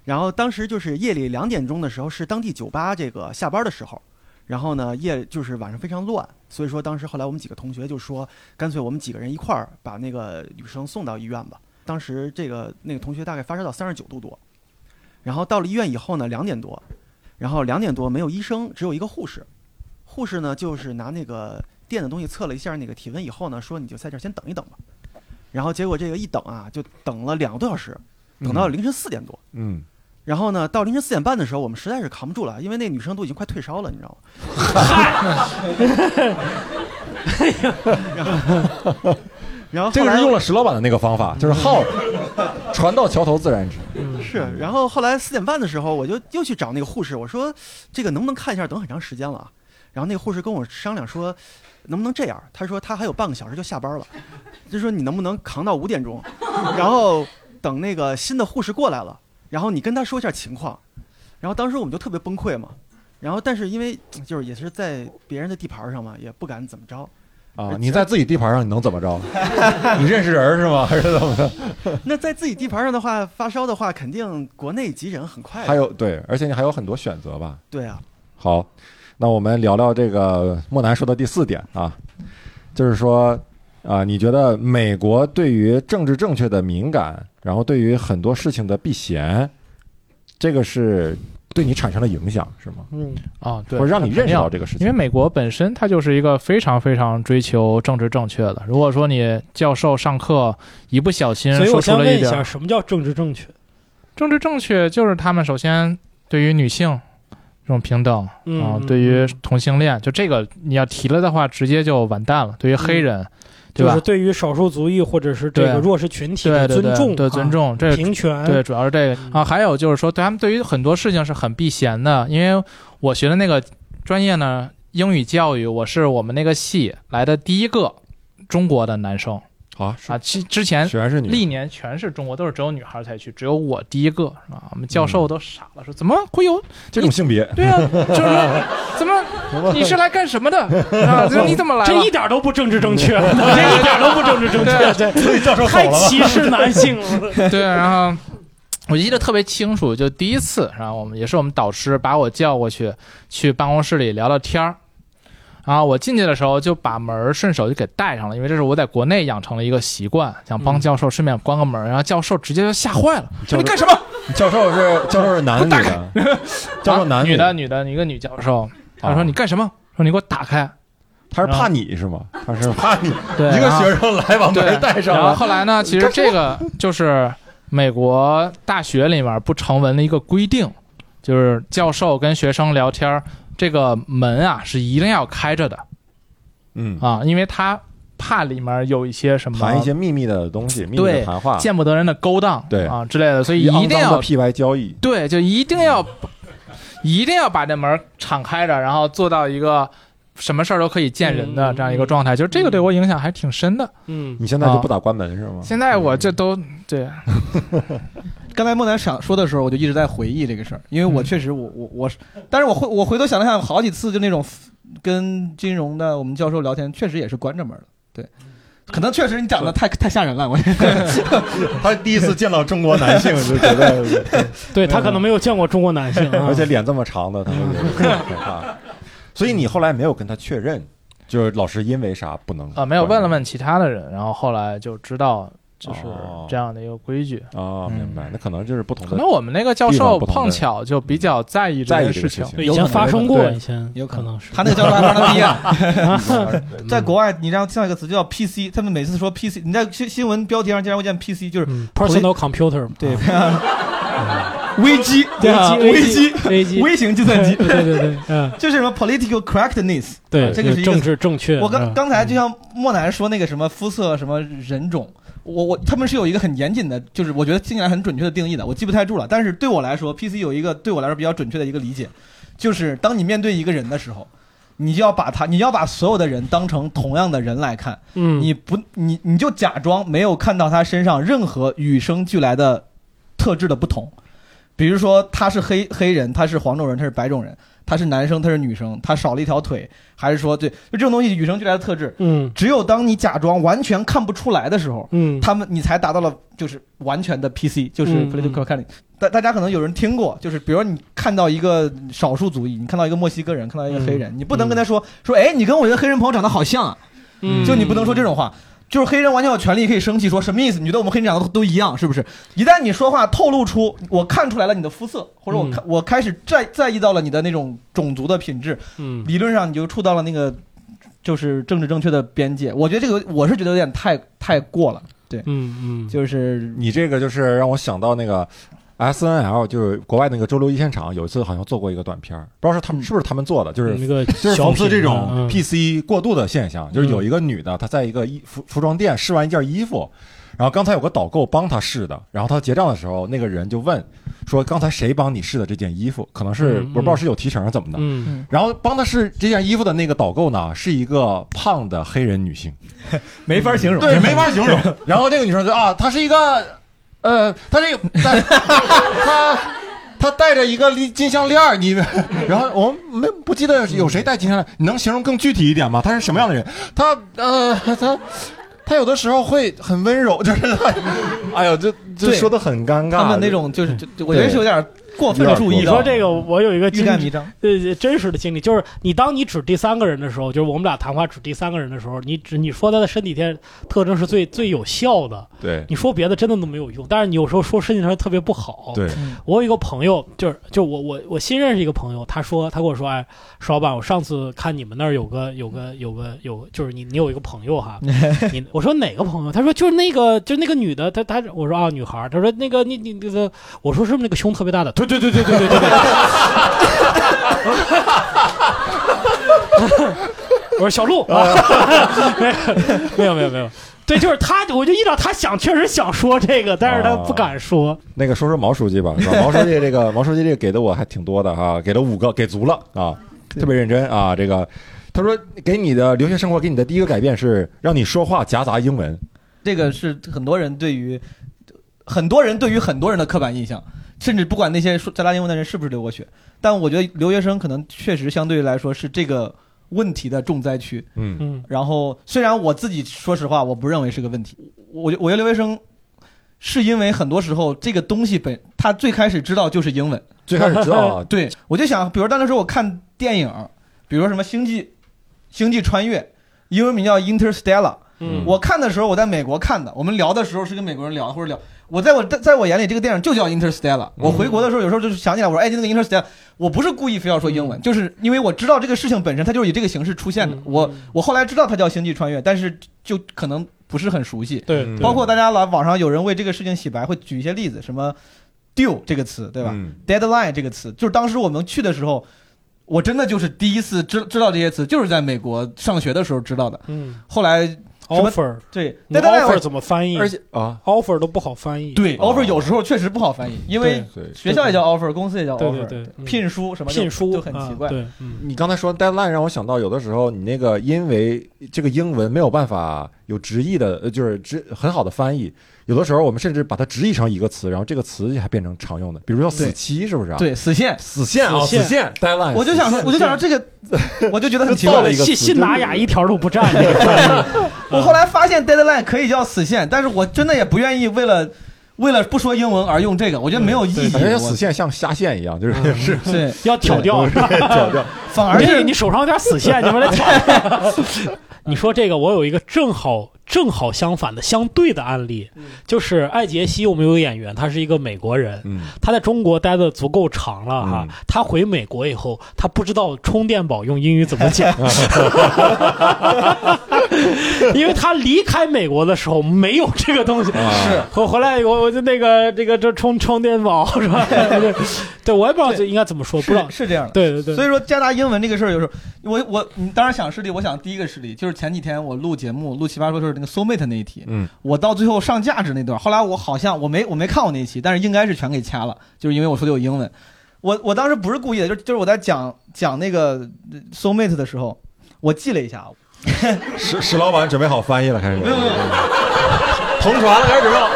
然后当时就是夜里两点钟的时候，是当地酒吧这个下班的时候。然后呢，夜就是晚上非常乱，所以说当时后来我们几个同学就说，干脆我们几个人一块儿把那个女生送到医院吧。当时这个那个同学大概发烧到三十九度多，然后到了医院以后呢，两点多，然后两点多没有医生，只有一个护士。护士呢就是拿那个电的东西测了一下那个体温以后呢，说你就在这儿先等一等吧。然后结果这个一等啊，就等了两个多小时，等到凌晨四点多。嗯，然后呢，到凌晨四点半的时候，我们实在是扛不住了，因为那女生都已经快退烧了，你知道吗？ *laughs* 然后， *laughs* 然后这个后来是用了石老板的那个方法，就是耗，船到桥头自 *laughs* 然直。是，嗯然后后来四点半的时候，我就又去找那个护士，我说这个能不能看一下，等很长时间了啊。然后那个护士跟我商量说，能不能这样？他说他还有半个小时就下班了，就说你能不能扛到五点钟，然后等那个新的护士过来了，然后你跟他说一下情况。然后当时我们就特别崩溃嘛，然后但是因为就是也是在别人的地盘上嘛，也不敢怎么着。啊，你在自己地盘上你能怎么 *laughs* 着？你认识人是吗？还是怎么的？那在自己地盘上的话，发烧的话，肯定国内急诊很快的。还有对，而且你还有很多选择吧。对啊，好，那我们聊聊这个莫南说的第四点啊，就是说啊，你觉得美国对于政治正确的敏感，然后对于很多事情的避嫌，这个是对你产生了影响是吗？嗯，哦，对，或者让你认识到这个事情因为美国本身它就是一个非常非常追求政治正确的。如果说你教授上课一不小心所以说我出先了问一一下，点啊什么叫政治正确？政治正确，就是他们首先对于女性这种平等啊、嗯嗯对于同性恋，就这个你要提了的话，直接就完蛋了。对于黑人，对就吧？是对于少数族裔或者是这对个弱势群体对的对对尊重，对尊重，这啊个平权，对，，主要是这个嗯啊。还有就是说，对他们对于很多事情是很避嫌的，因为我学的那个专业呢，英语教育，我是我们那个系来的第一个中国的男生啊，啊。之之前全是你历年全是中国，都是只有女孩才去，只有我第一个啊。我们教授都傻了，说怎么会有？这种性别，对啊，就是说怎么你是来干什么 *laughs* 的啊？就是你怎么来这了一？点都不政治正确， *laughs* 这一点都不政治正确，所以教授太歧视男性 *laughs* 了。对，啊然后我记得特别清楚，就第一次，然后我们也是我们导师把我叫过去，去办公室里聊聊天儿。然后我进去的时候就把门儿顺手就给带上了，因为这是我在国内养成了一个习惯，想帮嗯教授顺便关个门儿。然后教授直接就吓坏了，教授说你干什么？教授是教授是男的女的，教授啊男女的的，，女的，一个女教授。他说啊你啊干什么？说你给我打开。他是怕你是吗？他是怕你对，一个然后学生来把对门带上然后了，后来呢，其实这个就是美国大学里面不成文的一个规定，就是教授跟学生聊天儿，这个门啊是一定要开着的嗯啊，因为他怕里面有一些什么谈一些秘密的东西，秘密的对谈话，见不得人的勾当，对啊之类的，所以肮一定脏要的 P Y 交易，对，就一定要一定要把这门敞开着，然后做到一个什么事儿都可以见人的这样一个状态。就是这个对我影响还挺深的。嗯你现在就不啊打关门是吗？ *laughs* 现在我这都对，刚才孟楠想说的时候，我就一直在回忆这个事儿，因为嗯我确实我我我是，但是我回我回头想了想，好几次就那种跟金融的我们教授聊天，确实也是关着门的，对。可能确实你长得太太吓人了，我他第一次见到中国男性就觉得对他可能没有见过中国男性啊，而且脸这么长的，他会 *laughs* 觉得很怕。啊所以你后来没有跟他确认，就是老师因为啥不能啊，没有问了问其他的人，然后后来就知道就是哦这样的一个规矩。哦，明白，那可能就是不同的。嗯可能我们那个教地方授不同的碰巧就比较在意这在意件这个事事情，情对以前发生过，以前有可能是他那个教授还帮他毕啊 *laughs* 业。啊在国外，你让像一个词就叫 PC，他们每次说 PC，你在新新闻标题上经常会见 PC，就是嗯回 personal computer 嘛对，危机 *laughs* 对吧啊危危机危 *laughs* 机微型计算机，对对对对嗯就是什么 political correctness，对这个是一个政治正确我刚嗯刚才就像莫南说那个什么肤色什么人种，我我他们是有一个很严谨的，就是我觉得听起来很准确的定义的，我记不太住了。但是对我来说，PC 有一个对我来说比较准确的一个理解，就是当你面对一个人的时候。你就要把他，你要把所有的人当成同样的人来看，嗯你不，你你就假装没有看到他身上任何与生俱来的特质的不同，比如说他是黑黑人，他是黄种人，他是白种人，他是男生，他是女生，他少了一条腿，还是说对，就这种东西与生俱来的特质，嗯，只有当你假装完全看不出来的时候，嗯，他们你才达到了就是完全的 PC，就是嗯 political c o r r e c t 大大家可能有人听过，就是比如你看到一个少数族裔，你看到一个墨西哥人，看到一个黑人，你不能跟他说、说，哎，你跟我的黑人朋友长得好像啊，嗯就你不能说这种话。就是黑人完全有权利可以生气，说什么意思？你觉得我们黑人长得都都一样，是不是？一旦你说话透露出我看出来了你的肤色，或者我看、我开始在在意到了你的那种种族的品质，嗯理论上你就触到了那个就是政治正确的边界。我觉得这个我是觉得有点太太过了，对，嗯嗯，就是你这个就是让我想到那个 S N L，就是国外那个周六一现场，有一次好像做过一个短片儿，不知道是他们是不是他们做的，就是嗯那个就是小讽刺品这嗯种 P C 过度的现象，就是有一个女的她在一个衣服服装店试完一件衣服。然后刚才有个导购帮她试的，然后她结账的时候，那个人就问说：“刚才谁帮你试的这件衣服？可能是嗯嗯我不知道是有提成怎么的。嗯然后帮她试这件衣服的那个导购呢，是一个胖的黑人女 *laughs* 性，没法形容，对，没法形容。然后这个女生就啊，她是一个，呃，她这个，她 *laughs* 她她戴着一个金项链儿，你，然后我们没不记得有谁戴金项链儿，你能形容更具体一点吗？她是什么样的人？她呃，她她有的时候会很温柔，就是她，哎呦，这这对说的很尴尬，他们那种就是就就我觉得对是有点过分的注意你到说这个，我有一个欲经盖弥历，彰。呃，真实的经历就是，你当你指第三个人的时候，就是我们俩谈话指第三个人的时候，你指你说他的身体特特征是最最有效的，对你说别的真的都没有用，但是你有时候说身体上特别不好。对，我有一个朋友，就是就我我我新认识一个朋友，他说他跟我说，哎，石老板，我上次看你们那儿有个有个有个有，就是你你有一个朋 *laughs* 友哈，你我说哪个朋友？他说就是那个就是那个女的，她她我说啊女孩儿，他说那个你你那个，我说是不是那个胸特别大的？对对对对对对对对。我说小鹿，啊 *laughs* 没有没有没有没有，对，就是他，我就意识到他想确实想说这个，但是他不敢说。那个说说毛书记吧，是吧？毛书记这个毛书记这个给的我还挺多的哈、给了五个，给足了啊，特别认真啊。这个他说给你的留学生活给你的第一个改变是让你说话夹杂英文，这个是很多人对于很多人对于很多人的刻板印象，甚至不管那些说加拿大英文的人是不是留过学，但我觉得留学生可能确实相对来说是这个问题的重灾区。嗯嗯然后虽然我自己说实话，我不认为是个问题，我我觉得留学生是因为很多时候这个东西本他最开始知道就是英文，最开始知道 *laughs* 啊对，我就想，比如当时我看电影，比如说什么《星际星际穿越》，英文名叫《Interstellar》。嗯我看的时候我在美国看的，我们聊的时候是跟美国人聊，或者聊我在我在在我眼里这个电影就叫《Interstellar》。我嗯回国的时候有时候就是想起来，我说哎，那个《Interstellar》，我不是故意非要说英嗯文，就是因为我知道嗯这个事情本身它就是以这个形式出现的。我我后来知道它叫《星际穿越》，但是就可能不是很熟悉。对嗯对包括大家来网上有人为这个事情洗白，会举一些例子，什么 “due” 这个词，对吧、嗯 d e a d l i n e 这个词，就是当时我们去的时候，我真的就是第一次知知道这些词，就是在美国上学的时候知道的。嗯，后来什么 offer 对你 deadline- offer 怎么翻译？而且啊，offer 都不好翻译。对、o f f e r 有时候确实不好翻译，因为对对学校也叫 offer，公司也叫对 offer，对对嗯聘书什么就聘书就很奇怪。啊对你刚才说 deadline 让我想到，有的时候你那个因为这个英文没有办法有直译的，呃就是直很好的翻译，有的时候我们甚至把它直译成一个词，然后这个词还变成常用的，比如说死期是不是、啊？对，死线，死线啊，死线死线 deadline。我就想说，我就想说这个， *laughs* 我就觉得很奇就到怪了一个。词信信达雅一条都不占，这个我后来发现 deadline 可以叫死线，但是我真的也不愿意为了为了不说英文而用这个，我觉得没有意义。感觉我死线像虾线一样，就是、是对要挑掉是吧对挑掉。反 *laughs* 而是你你手上有点死线，你们来挑。你说这个，我有一个正好正好相反的相对的案例，嗯就是艾杰西，我们有个演员，他是一个美国人，嗯他在中国待的足够长了哈，他回美国以后，他不知道充电宝用英语怎么讲，因为他离开美国的时候没有这个东西。是我回来以后，我就那个这个这充充电宝是吧？ *laughs* 对，我也不知道这应该怎么说，不知道是是这样的。对对对，所以说加拿大英文这个事儿，有时候我我你当然想事例，我想第一个事例就是前几天我录节目录奇葩说的时候那个 soul mate 那一题，嗯，我到最后上价值那段，后来我好像我没我没看我那一期，但是应该是全给掐了，就是因为我说的有英文。我我当时不是故意的，就是就是我在讲讲那个 soul mate 的时候，我记了一下，史史老板准备好翻译了，开始。同船了，开始准备了。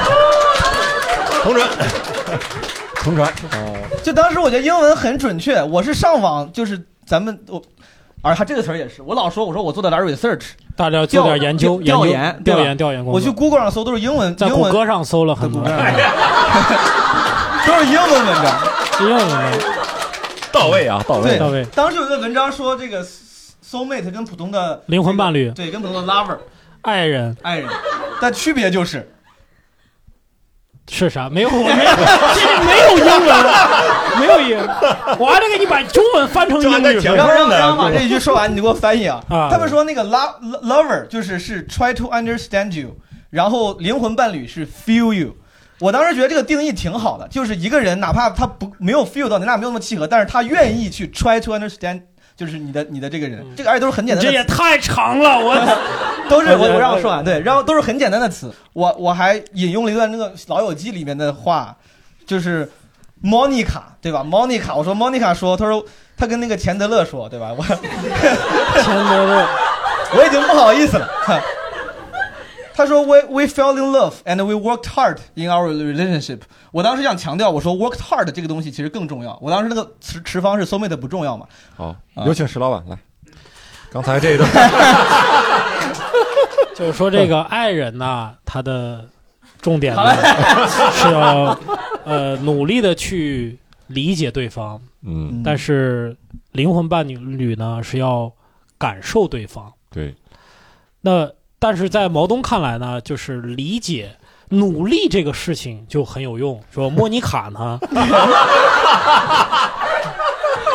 同船，同船。就当时我觉得英文很准确，我是上网就是咱们我，而他这个词儿也是，我老说我说我做的点 research，大家做点研究，调调研研究调对吧研调研工我作去 Google 上搜都是英文，在英谷文歌上搜了很多，都是英文文章， *laughs* 英文文章到位啊，到对位，到位当时有一个文章说这个 soul mate 跟普通的灵魂伴侣、对跟普通的 *laughs* lover 爱人爱人，但区别就是是 *laughs* 啥？没有，我没有，这里没有英文，没有英文，我还得给你把中文翻成英语。让让让把这一句说完，你给我翻译啊。啊他们说那个 love lover 就是是 try to understand you，然后灵魂伴侣是 feel you。我当时觉得这个定义挺好的，就是一个人哪怕他不没有 feel 到你，俩没有那么契合，但是他愿意去 try to understand，就是你的你的这个人，这个而且都是很简单的这词。也太长了， *laughs* 我都是我我让我说完，啊对，然后都是很简单的词，我我还引用了一段那个《老友记》里面的话，就是 Monica 对吧？Monica，我说 Monica 说，他说他跟那个钱德勒说，对吧？ *laughs* 我钱德勒，我已经不好意思了。 *laughs* 他说 we we fell in love and we worked hard in our relationship。我当时想强调，我说 worked hard 这个东西其实更重要。我当时那个词词方是 soulmate 不重要嘛？好，有请史老板来。刚才这一 *laughs* 段，就是说这个爱人呐、他的重点呢 *laughs* 是要呃努力的去理解对方，嗯但是灵魂伴侣呢是要感受对方。对，那但是在毛东看来呢，就是理解、努力这个事情就很有用。说莫妮卡呢， *laughs*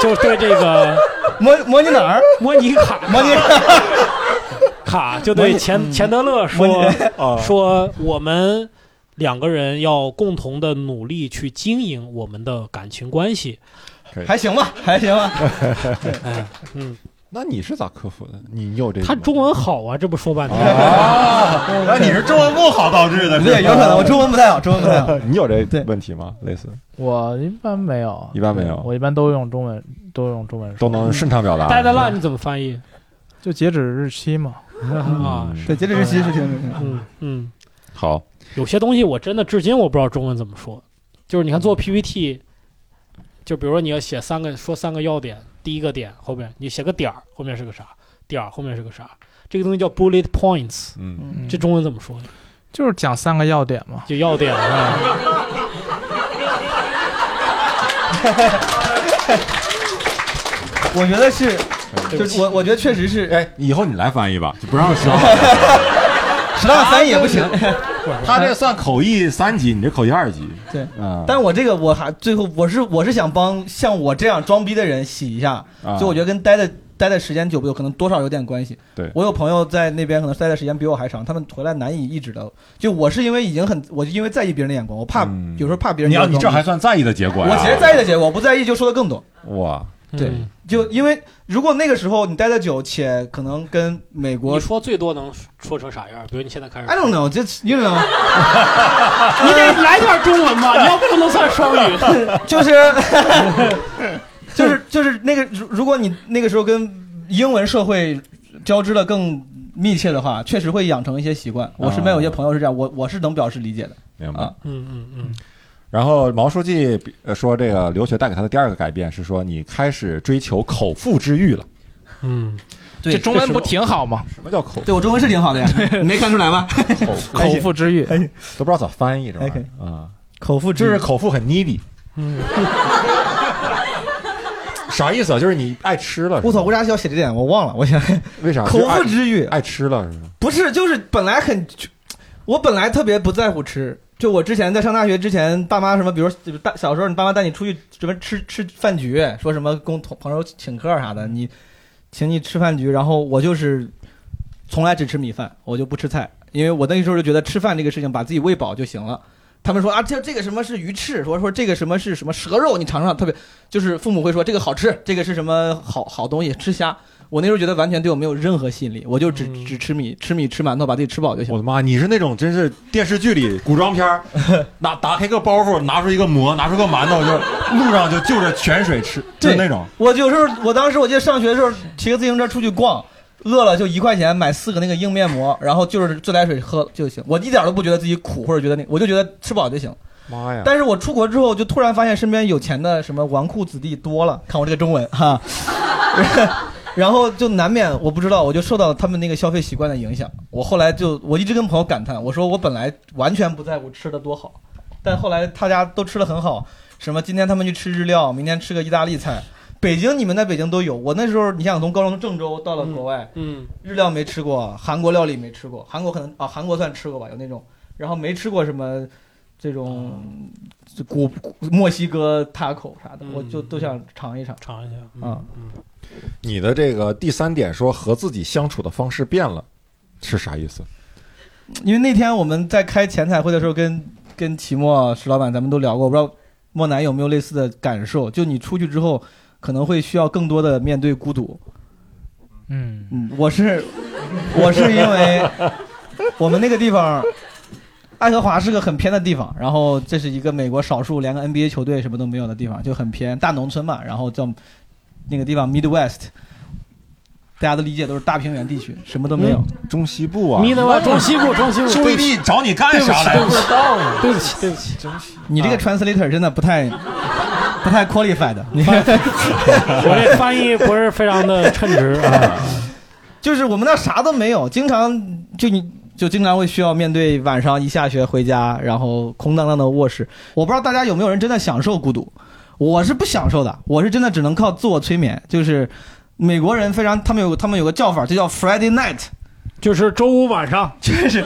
就对这个模模拟哪儿？莫妮卡嗯模拟卡就对钱钱德勒说啊说我们两个人要共同的努力去经营我们的感情关系。还行吧，还行吧。哎，嗯，那你是咋克服的？你你有这个他吗中文好啊，这不说半天。啊那你是中文不好导致的，是吧对，有可能我中文不太好，中文不太好。你有这问题吗？类似我一般没有，一般没有对我一般都用中文，都用中文都说，能顺畅表啊达。呆呆烂你怎么翻译就截止日期嘛。嗯啊？对，截止日期是挺嗯嗯。好，有些东西我真的至今我不知道中文怎么说。就是你看嗯做 PPT，就比如说你要写三个，说三个要点，第一个点后面你写个点儿，后面是个啥？点儿后面是个啥？这个东西叫 bullet points，嗯，嗯这中文怎么说呢？就是讲三个要点嘛，就要点啊。我觉得是，就对不是起我我觉得确实是， *laughs* 哎，以后你来翻译吧，就不让 *laughs* 说。十大三也不行。他这算口译三级，你这口译二级。对，嗯，但我这个我还最后我是我是想帮像我这样装逼的人洗一下，啊所以我觉得跟呆的。待的时间久不久，可能多少有点关系。对我有朋友在那边可能待的时间比我还长，他们回来难以抑制的。就我是因为已经很，我就因为在意别人的眼光，我怕、有时候怕别人。你要你这还算在意的结果呀？我其实在意的结果，我不在意就说的更多。哇，嗯对，就因为如果那个时候你待的久，且可能跟美国你说最多能说成啥样？比如你现在开始 I don't know，这 you know，你得来点中文嘛，你要不能算双语。就是 *laughs* 就是就是那个，如如果你那个时候跟英文社会交织的更密切的话，确实会养成一些习惯。我身边有些朋友是这样，我我是能表示理解的。明白。嗯嗯嗯，然后毛书记呃说，这个留学带给他的第二个改变是说，你开始追求口腹之欲了。嗯，这中文不挺好 *laughs* 吗？什么叫口？对我中文是挺好的呀，你没看出来吗？ *laughs* 口口腹之欲，都不知道咋翻译这玩意还可儿啊。口腹就是口腹很 needy，嗯，啥意思啊？就是你爱吃了。我操，为啥要写这点？我忘了，我想为啥？啊就口是爱腹之欲爱吃了是吗？不是，就是本来很，我本来特别不在乎吃。就我之前在上大学之前，爸妈什么，比如就是大小时候，你爸妈带你出去什么吃吃饭局，说什么跟同朋友请客啥的，你请你吃饭局，然后我就是从来只吃米饭，我就不吃菜，因为我那个时候就觉得吃饭这个事情把自己喂饱就行了。他们说啊，这这个什么是鱼翅，说说这个什么是什么蛇肉，你尝尝，特别就是父母会说这个好吃，这个是什么好好东西，吃虾。我那时候觉得完全对我没有任何吸引力，我就只只吃米，吃米吃馒头，把自己吃饱就行我。的妈！你是那种真是电视剧里古装片 *laughs* 儿，拿打开个包袱，拿出一个馍，拿出个馒头，就路上就就着泉水吃，就对那种。我有时候，我当时我记得上学的时候，骑个自行车出去逛，饿了就一块钱买四个那个硬面馍，然后就是自来水喝就行。我一点都不觉得自己苦，或者觉得那，我就觉得吃饱就行。妈呀！但是我出国之后，就突然发现身边有钱的什么纨绔子弟 *laughs* 多了，看我这个中文哈，然后就难免我不知道，我就受到他们那个消费习惯的影响。我后来就我一直跟朋友感叹，我说我本来完全不在乎吃的多好，但后来大家都吃的很好，什么今天他们去吃日料，明天吃个意大利菜。北京，你们在北京都有。我那时候，你想从高中郑州到了国外，嗯，日料没吃过，韩国料理没吃过，韩国可能啊，韩国算吃过吧，有那种，然后没吃过什么这种这古古墨西哥 taco 啥的，嗯我就都想尝一尝。尝一下。嗯啊，你的这个第三点说和自己相处的方式变了，是啥意思？因为那天我们在开前彩会的时候跟，跟齐墨石老板咱们都聊过，我不知道莫南有没有类似的感受，就你出去之后可能会需要更多的面对孤独。嗯，嗯，我是我是因为我们那个地方，爱荷华是个很偏的地方，然后这是一个美国少数连个 NBA 球队什么都没有的地方，就很偏大农村嘛，然后叫那个地方 Midwest，大家的理解都是大平原地区，什么都没有。中西部啊，米德瓦中西部，中 *laughs* 西部，注意力找你干啥来对不了？起，对不起，对不起，你这个 translator 真的不太不太 qualified，你我这翻译不是非常的称职 *laughs* 啊。嗯就是我们那啥都没有，经常就你就经常会需要面对晚上一下学回家，然后空荡荡的卧室。我不知道大家有没有人真的享受孤独，我是不享受的，我是真的只能靠自我催眠。就是美国人非常，他们有他们有个叫法，就叫 Friday night，就是周五晚上，就是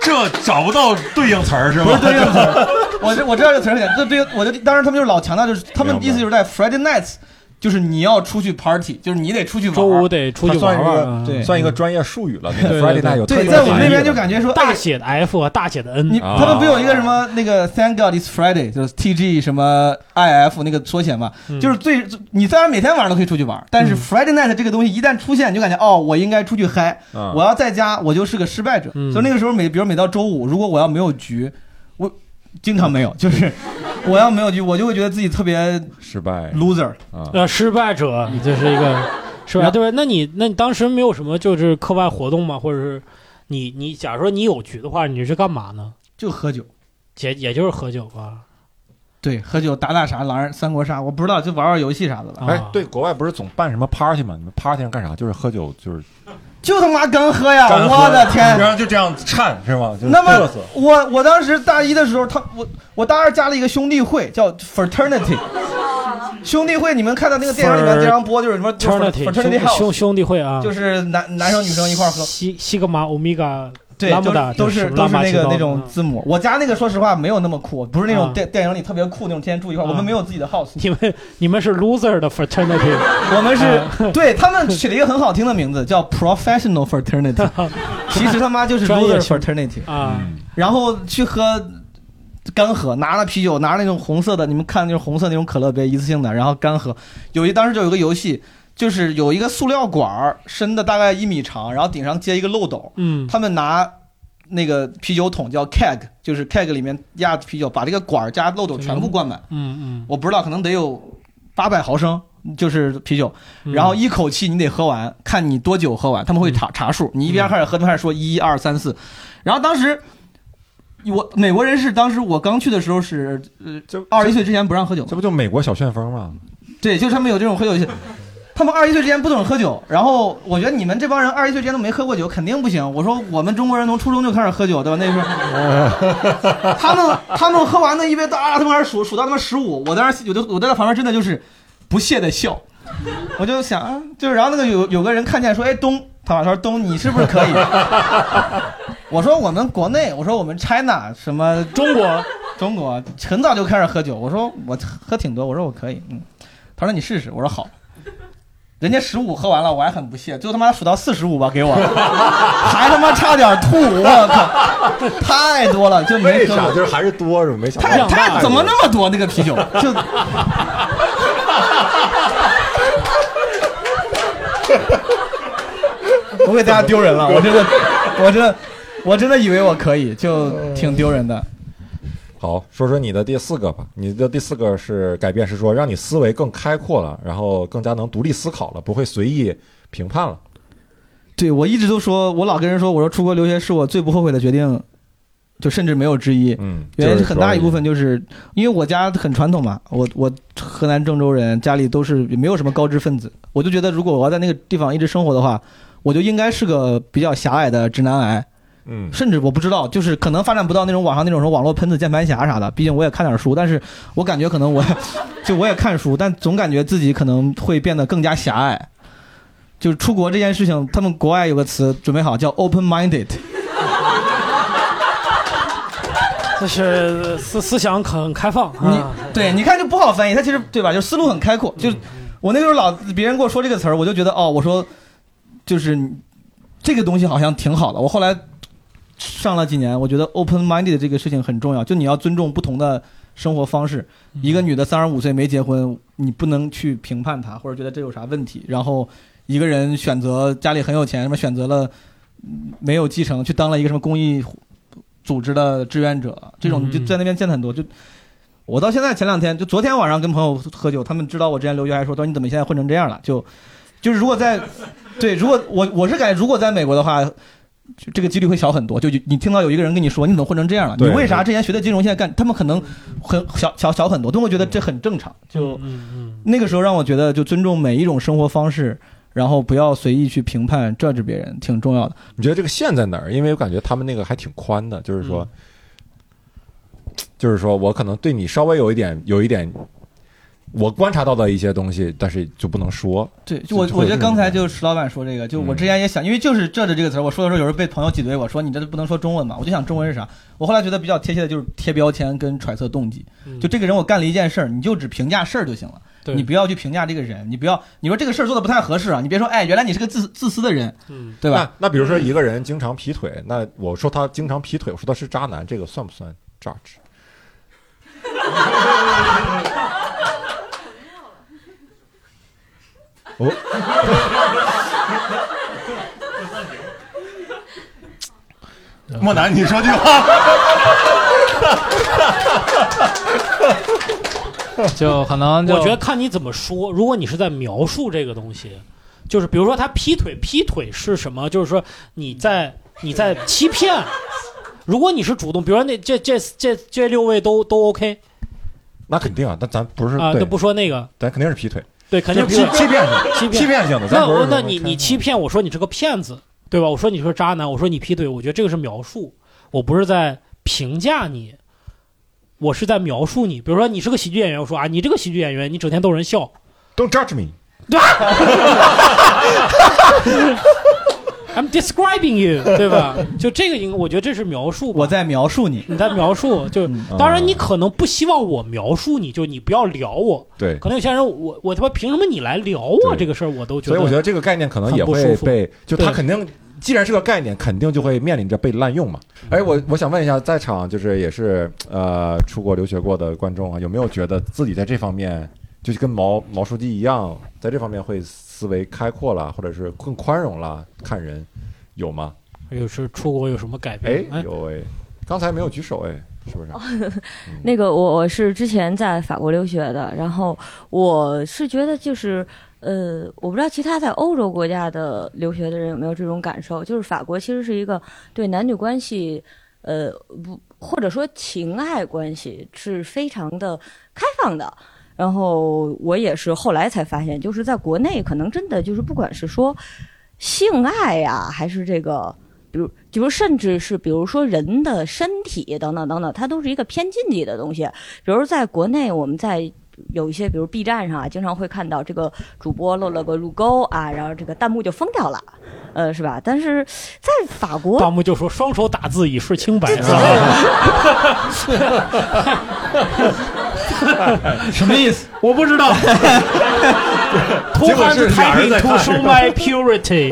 这找不到对应词儿是吗？不是对应词儿。我这我知道这词儿点，这对应我就当时他们就是老强调，就是他们意思就是在 Friday nights，就是你要出去 party，就是你得出去玩儿。啊周五得出去玩玩。对算一个专业术语了。那个对 Friday 对 night 有特对，定在的我们含那义边就了感觉说哎大写的 F 和大写的 N，你啊他们不有一个什么那个 Thank God It's Friday，就是 TG 什么 IF 那个缩写嘛，嗯就是最你虽然每天晚上都可以出去玩，但是 Friday night 这个东西一旦出现，你就感觉哦，我应该出去嗨，嗯我要在家我就是个失败者。嗯所以那个时候每比如每到周五，如果我要没有局，我经常没有，就是 *laughs* 我要没有局，我就会觉得自己特别失败 loser。啊。呃，失败者，你这是一 *laughs* 个，是吧？对吧？那你那你当时没有什么就是课外活动吗？或者是你你假如说你有局的话，你是干嘛呢？就喝酒，也也就是喝酒吧。对，喝酒打打啥狼人三国杀，我不知道，就玩玩游戏啥的吧，啊哎，对，国外不是总办什么 party 吗？你们 party 上干啥？就是喝酒，就是就他妈干喝哎呀！干喝我的天，然后就这样颤是吗？就是那嘚么瑟我我当时大一的时候，他我我大二加了一个兄弟会，叫 fraternity。兄弟会，你们看到那个电影里面经常播，就是什么就是 Fraternity fraternity 兄 house，兄弟会啊，就是男男生女生一块儿喝。西西格玛、欧米伽、对，拉就姆达是都就是是什么都拉是姆达嗯那七个刀那种字母。我家那个说实话没有那么酷，不是那啊种电电影里特别酷那种，天天住一块儿。我们没有自己的 house，你们你们是 loser 的 fraternity，我们嗯是对他们取了一个很好听的名字，叫 professional *laughs* fraternity，其实他妈就是专业 loser 性 fraternity 啊。嗯然后去喝干喝，拿了啤酒，拿了那种红色的，你们看就是红色那种可乐杯，一次性的，然后干喝。有一当时就有个游戏，就是有一个塑料管儿，深的大概一米长，然后顶上接一个漏斗，嗯，他们拿。那个啤酒桶叫 keg，就是 keg 里面压啤酒，把这个管儿加漏斗全部灌满。嗯我不知道，可能得有八百毫升，就是啤酒，嗯然后一口气你得喝完，看你多久喝完，他们会查查数，你一边开始喝，一边开始说一二三四，然后当时。我美国人是当时我刚去的时候是呃，二十一岁之前不让喝酒，这不就美国小旋风吗？对，就是他们有这种喝酒性，他们二十一岁之前不懂喝酒。然后我觉得你们这帮人二十一岁之前都没喝过酒，肯定不行。我说我们中国人从初中就开始喝酒，对吧？那时候，他们他们喝完那一杯大，他们开始数数到他们十五，我在那儿有的我在那旁边真的就是不屑的笑，我就想啊，就是然后那个有有个人看见说，哎东。他说：“东，你是不是可以？” *laughs* 我说：“我们国内，我说我们 China 什么中国， *laughs* 中国很早就开始喝酒。我说我喝挺多，我说我可以，嗯。”他说你试试，我说好。人家十五喝完了，我还很不屑，最后他妈数到四十五吧，给我， *laughs* 还他妈差点吐，我靠，太多了， *laughs* 就没为喝啥过就是还是多是吧没想太到太怎么那么多那个啤酒？就我给大家丢人了，我真 *laughs* 的，我真的，我真的以为我可以，就挺丢人的。好，说说你的第四个吧。你的第四个是改变，是说让你思维更开阔了，然后更加能独立思考了，不会随意评判了。对我一直都说，我老跟人说，我说出国留学是我最不后悔的决定，就甚至没有之一。嗯，原因就是很大一主要部分就是因为我家很传统嘛，我我河南郑州人，家里都是也没有什么高知分子，我就觉得如果我要在那个地方一直生活的话，我就应该是个比较狭隘的直男癌。嗯，甚至我不知道，就是可能发展不到那种网上那种什么网络喷子、键盘侠啥的。毕竟我也看点书，但是我感觉可能我， *laughs* 就我也看书，但总感觉自己可能会变得更加狭隘。就是出国这件事情，他们国外有个词准备好叫 open minded，这是思思想很开放你啊。对，你看就不好翻译，他其实对吧？就是思路很开阔。就是我那时候老别人跟我说这个词儿，我就觉得哦，我说就是这个东西好像挺好的。我后来上了几年，我觉得 open minded 这个事情很重要，就你要尊重不同的生活方式。嗯一个女的三十五岁没结婚，你不能去评判她，或者觉得这有啥问题。然后一个人选择家里很有钱，什么选择了嗯没有继承，去当了一个什么公益组织的志愿者，这种嗯你就在那边见得很多。就我到现在前两天，就昨天晚上跟朋友喝酒，他们知道我之前留学还说，他说你怎么现在混成这样了？就就是如 *laughs* 果在对，如果我我是感觉如果在美国的话。就这个几率会小很多。就就你听到有一个人跟你说你怎么混成这样了，你对为啥之前学的金融现在干？他们可能很小小小很多，都会觉得这很正常。嗯就那个时候让我觉得，就尊重每一种生活方式，然后不要随意去评判、judge 别人，挺重要的。你觉得这个线在哪儿？因为我感觉他们那个还挺宽的，就是说，嗯就是说我可能对你稍微有一点，有一点，我观察到的一些东西，但是就不能说。对，就我就我会有觉得这种刚才就是石老板说这个，就我之前也想，因为就是“这的这个词儿，我说的时候有时候被朋友挤兑我说你这不能说中文嘛，我就想中文是啥。我后来觉得比较贴切的就是贴标签跟揣测动机。嗯就这个人我干了一件事儿，你就只评价事儿就行了，对你不要去评价这个人，你不要你说这个事儿做的不太合适啊，你别说哎原来你是个自自私的人，嗯，对吧？那？那比如说一个人经常劈腿，那我说他经常劈腿，我说他是渣男，这个算不算 judge？哦，莫南，你说句 *laughs* 话。 *laughs* 就可能就我觉得看你怎么说。如果你是在描述这个东西，就是比如说他劈腿，劈腿是什么？就是说你在你在欺骗。如果你是主动，比如说那这这这这六位都都 OK 那肯定啊，那咱不是啊，对都不说那个，咱肯定是劈腿，对，肯定就欺欺骗 *laughs* 欺性骗欺骗性的啊咱那不是我说那开你放你欺骗我说你是个骗子，对吧？我说你是个渣男，我说你劈腿，我觉得这个是描述，我不是在评价你，我是在描述你。比如说你是个喜剧演员，我说啊，你这个喜剧演员，你整天逗人笑。 Don't judge me。对吧？ I'm describing you，对 *laughs* 吧？就这个应该，我觉得这是描述。我在描述你，你在描述。就嗯啊当然，你可能不希望我描述你，就你不要聊我。对可能有些人，我我他妈凭什么你来聊我这个事儿？我都觉所得。以我觉得这个概念可能也很不会舒服被，就它对肯定，既然是个概念，肯定就会面临着被滥用嘛。嗯哎，我我想问一下，在场就是也是呃出国留学过的观众啊，有没有觉得自己在这方面，就是跟毛毛书记一样，在这方面会思维开阔了，或者是更宽容了看人，有吗？有时出国有什么改哎变？哎，有哎，刚才没有举手哎，是 *laughs* 不是？那个我我是之前在法国留学的，然后我是觉得就是。呃，我不知道其他在欧洲国家的留学的人有没有这种感受，就是法国其实是一个对男女关系，呃，不或者说情爱关系是非常的开放的。然后我也是后来才发现，就是在国内可能真的就是不管是说性爱呀、还是这个比如，比如甚至是比如说人的身体等等等等，它都是一个偏禁忌的东西。比如在国内，我们在有一些比如 B 站上啊，经常会看到这个主播露了个乳沟啊，然后这个弹幕就封掉了，呃，是吧？但是在法国，弹幕就说双手打字以示清白。哎啊什么意思？我不 *laughs* 知道。结果是俩人在看 To show my purity。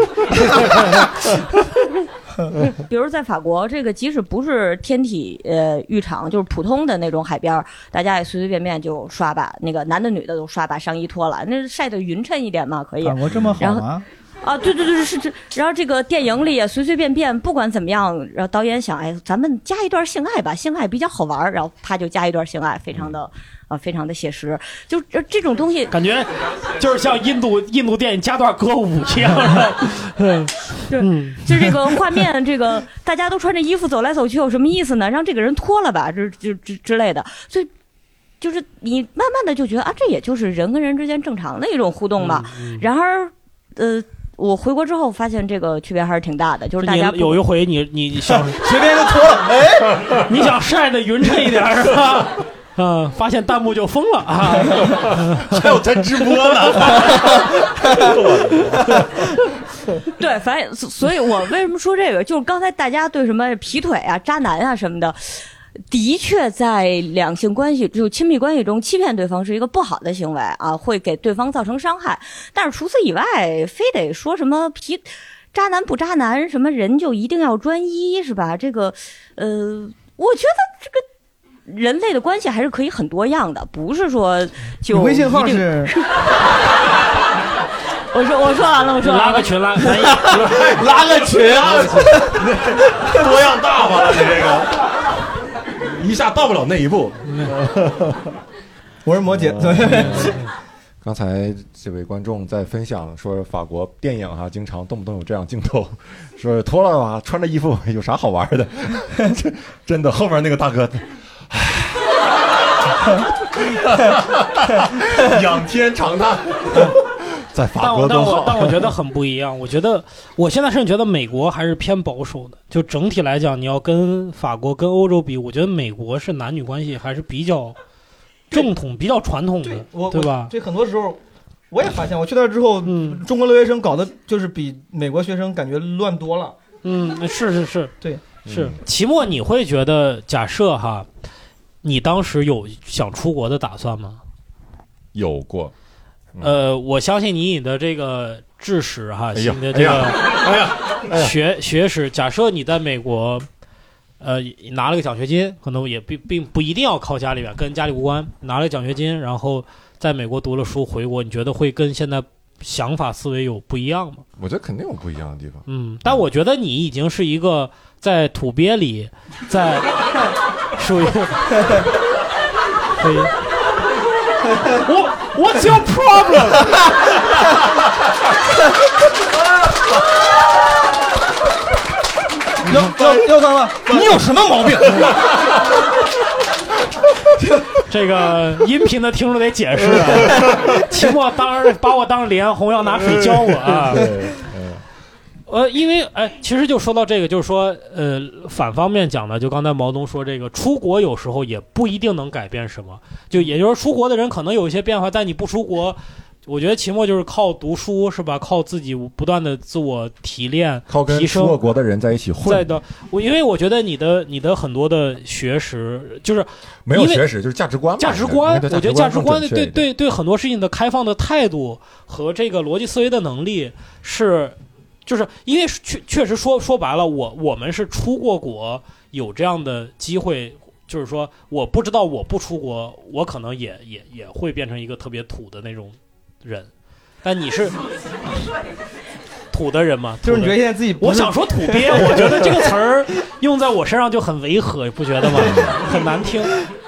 比如在法国，这个即使不是天体呃浴场，就是普通的那种海边儿，大家也随随便便就刷吧，那个男的女的都刷把上衣脱了，那晒得匀称一点嘛，可以。法国这么好然后吗？啊，对对对，是这。然后这个电影里也随随便便，不管怎么样，然后导演想，哎，咱们加一段性爱吧，性爱比较好玩儿，然后他就加一段性爱，非常的，啊，非常的写实。就呃这这种东西，感觉就是像印度印度电影加段歌舞一样 *laughs* 的。嗯嗯，就这个画面，这个大家都穿着衣服走来走去，有什么意思呢？让这个人脱了吧，这这之之类的，所以。就是你慢慢的就觉得啊，这也就是人跟人之间正常的一种互动吧。嗯然而，呃，我回国之后发现这个区别还是挺大的，就是大你家有一回你你你 *laughs* 想随便就脱了，哎，*laughs* 你想晒得匀称一点儿是吧？嗯，发现弹幕就疯了啊！哎还有咱直播呢，对，反正所所以，我为什么说这个？就是刚才大家对什么劈腿啊、渣男啊什么的，的确在两性关系，就亲密关系中欺骗对方是一个不好的行为啊，会给对方造成伤害。但是除此以外，非得说什么劈渣男不渣男，什么人就一定要专一，是吧？这个，呃，我觉得这个。人类的关系还是可以很多样的，不是说就你微信号一定是？我说我说完 *laughs* 了，我说完了。啊拉个群拉，拉个群啊，多样大方了，你这个一下到不了那一步。我是摩羯，刚才这位观众在分享说，法国电影哈、经常动不动有这样镜头，说脱了吧，穿着衣服有啥好玩的？ *laughs* 这真的，后面那个 *laughs* 大哥，唉仰天长叹。在法但国我但多我好，但我觉得很不一样。我觉得我现在甚至觉得美国还是偏保守的。就整体来讲，你要跟法国、跟欧洲比，我觉得美国是男女关系还是比较正统、比较传统的，我对吧？嗯这很多时候我也发现，我去那儿之后，中国留学生搞的就是比美国学生感觉乱多了。嗯，是是是，对，嗯是期末你会觉得，假设哈，你当时有想出国的打算吗？有过，呃，我相信你你的这个知识哈，哎呀你的这个哎呀哎呀学学识，假设你在美国，呃，拿了个奖学金，可能也并并不一定要靠家里边，跟家里无关，拿了奖学金，然后在美国读了书回国，你觉得会跟现在想法思维有不一样吗？我觉得肯定有不一样的地方。嗯，但我觉得你已经是一个在土鳖里，在 *laughs* 属于可以。我 What's your 要要要干嘛？你有什么毛病？这个音频的听众得解释啊。期末当时把我当脸红，要拿水浇我啊。呃，因为哎，其实就说到这个，就是说，呃，反方面讲的，就刚才毛东说这个，出国有时候也不一定能改变什么，就也就是说，出国的人可能有一些变化，但你不出国，我觉得期末就是靠读书是吧？靠自己不断的自我提炼、靠跟提升出过国的人在一起再混，到我，因为我觉得你的你的很多的学识就是没有因为学识就是价值观吧价值应观，该我应该叫觉得价价值值观观更准对确对一点对对很多事情的开放的态度和这个逻辑思维的能力是，就是因为确确实说说白了，我我们是出过国有这样的机会。就是说，我不知道我不出国，我可能也也也会变成一个特别土的那种人，但你是土的人嘛？就是你土觉得的现在自己不我是想说土鳖，我觉得这个词儿用在我身上就很违和，不觉得吗？嗯很难听，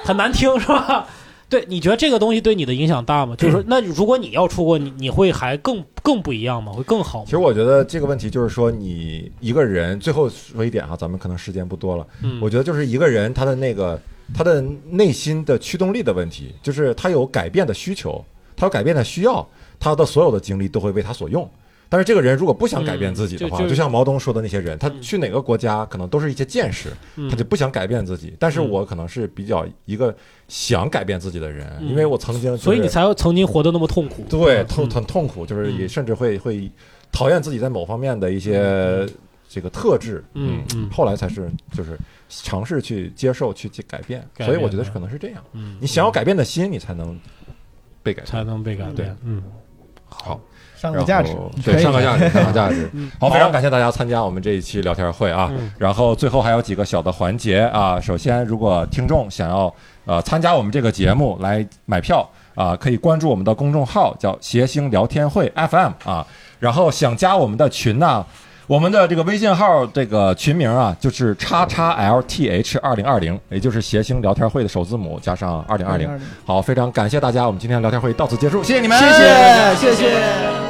很难听，是吧？对，你觉得这个东西对你的影响大吗？就是说，那如果你要出国，你你会还更更不一样吗？会更好吗其？实我觉得这个问题就是说，你一个人最后说一点哈，咱们可能时间不多了。嗯我觉得就是一个人他的那个他的内心的驱动力的问题，就是他有改变的需求，他有改变的需要，他的所有的精力都会为他所用。但是这个人如果不想改变自己的嗯就话，就就像毛东说的那些人，他去哪个国家可能都是一些见识，嗯他就不想改变自己。但是我可能是比较一个想改变自己的人，嗯因为我曾经就是、所以你才会曾经活得那么痛苦。嗯对，痛很痛苦，就是也甚至会会讨厌自己在某方面的一些这个特质，嗯嗯后来才是就是尝试去接受去去改变，啊改变所以我觉得是可能是这样，嗯你想要改变的心，你才能被改变，才能被改变对，嗯，好。上个价值然后可以对，上个价值，上个价 *laughs* 值嗯。好，非好常感谢大家参加我们这一期聊天会啊嗯。然后最后还有几个小的环节啊。首先，如果听众想要呃参加我们这个节目来买票啊，可以关注我们的公众号叫“谐星聊天会 FM” 啊。然后想加我们的群呐、我们的这个微信号这个群名啊，就是叉叉 LTH 二零二零，也就是谐星聊天会的首字母加上二零二零2020。好，非常感谢大家，我们今天的聊天会到此结束，谢谢你们，谢谢，谢谢。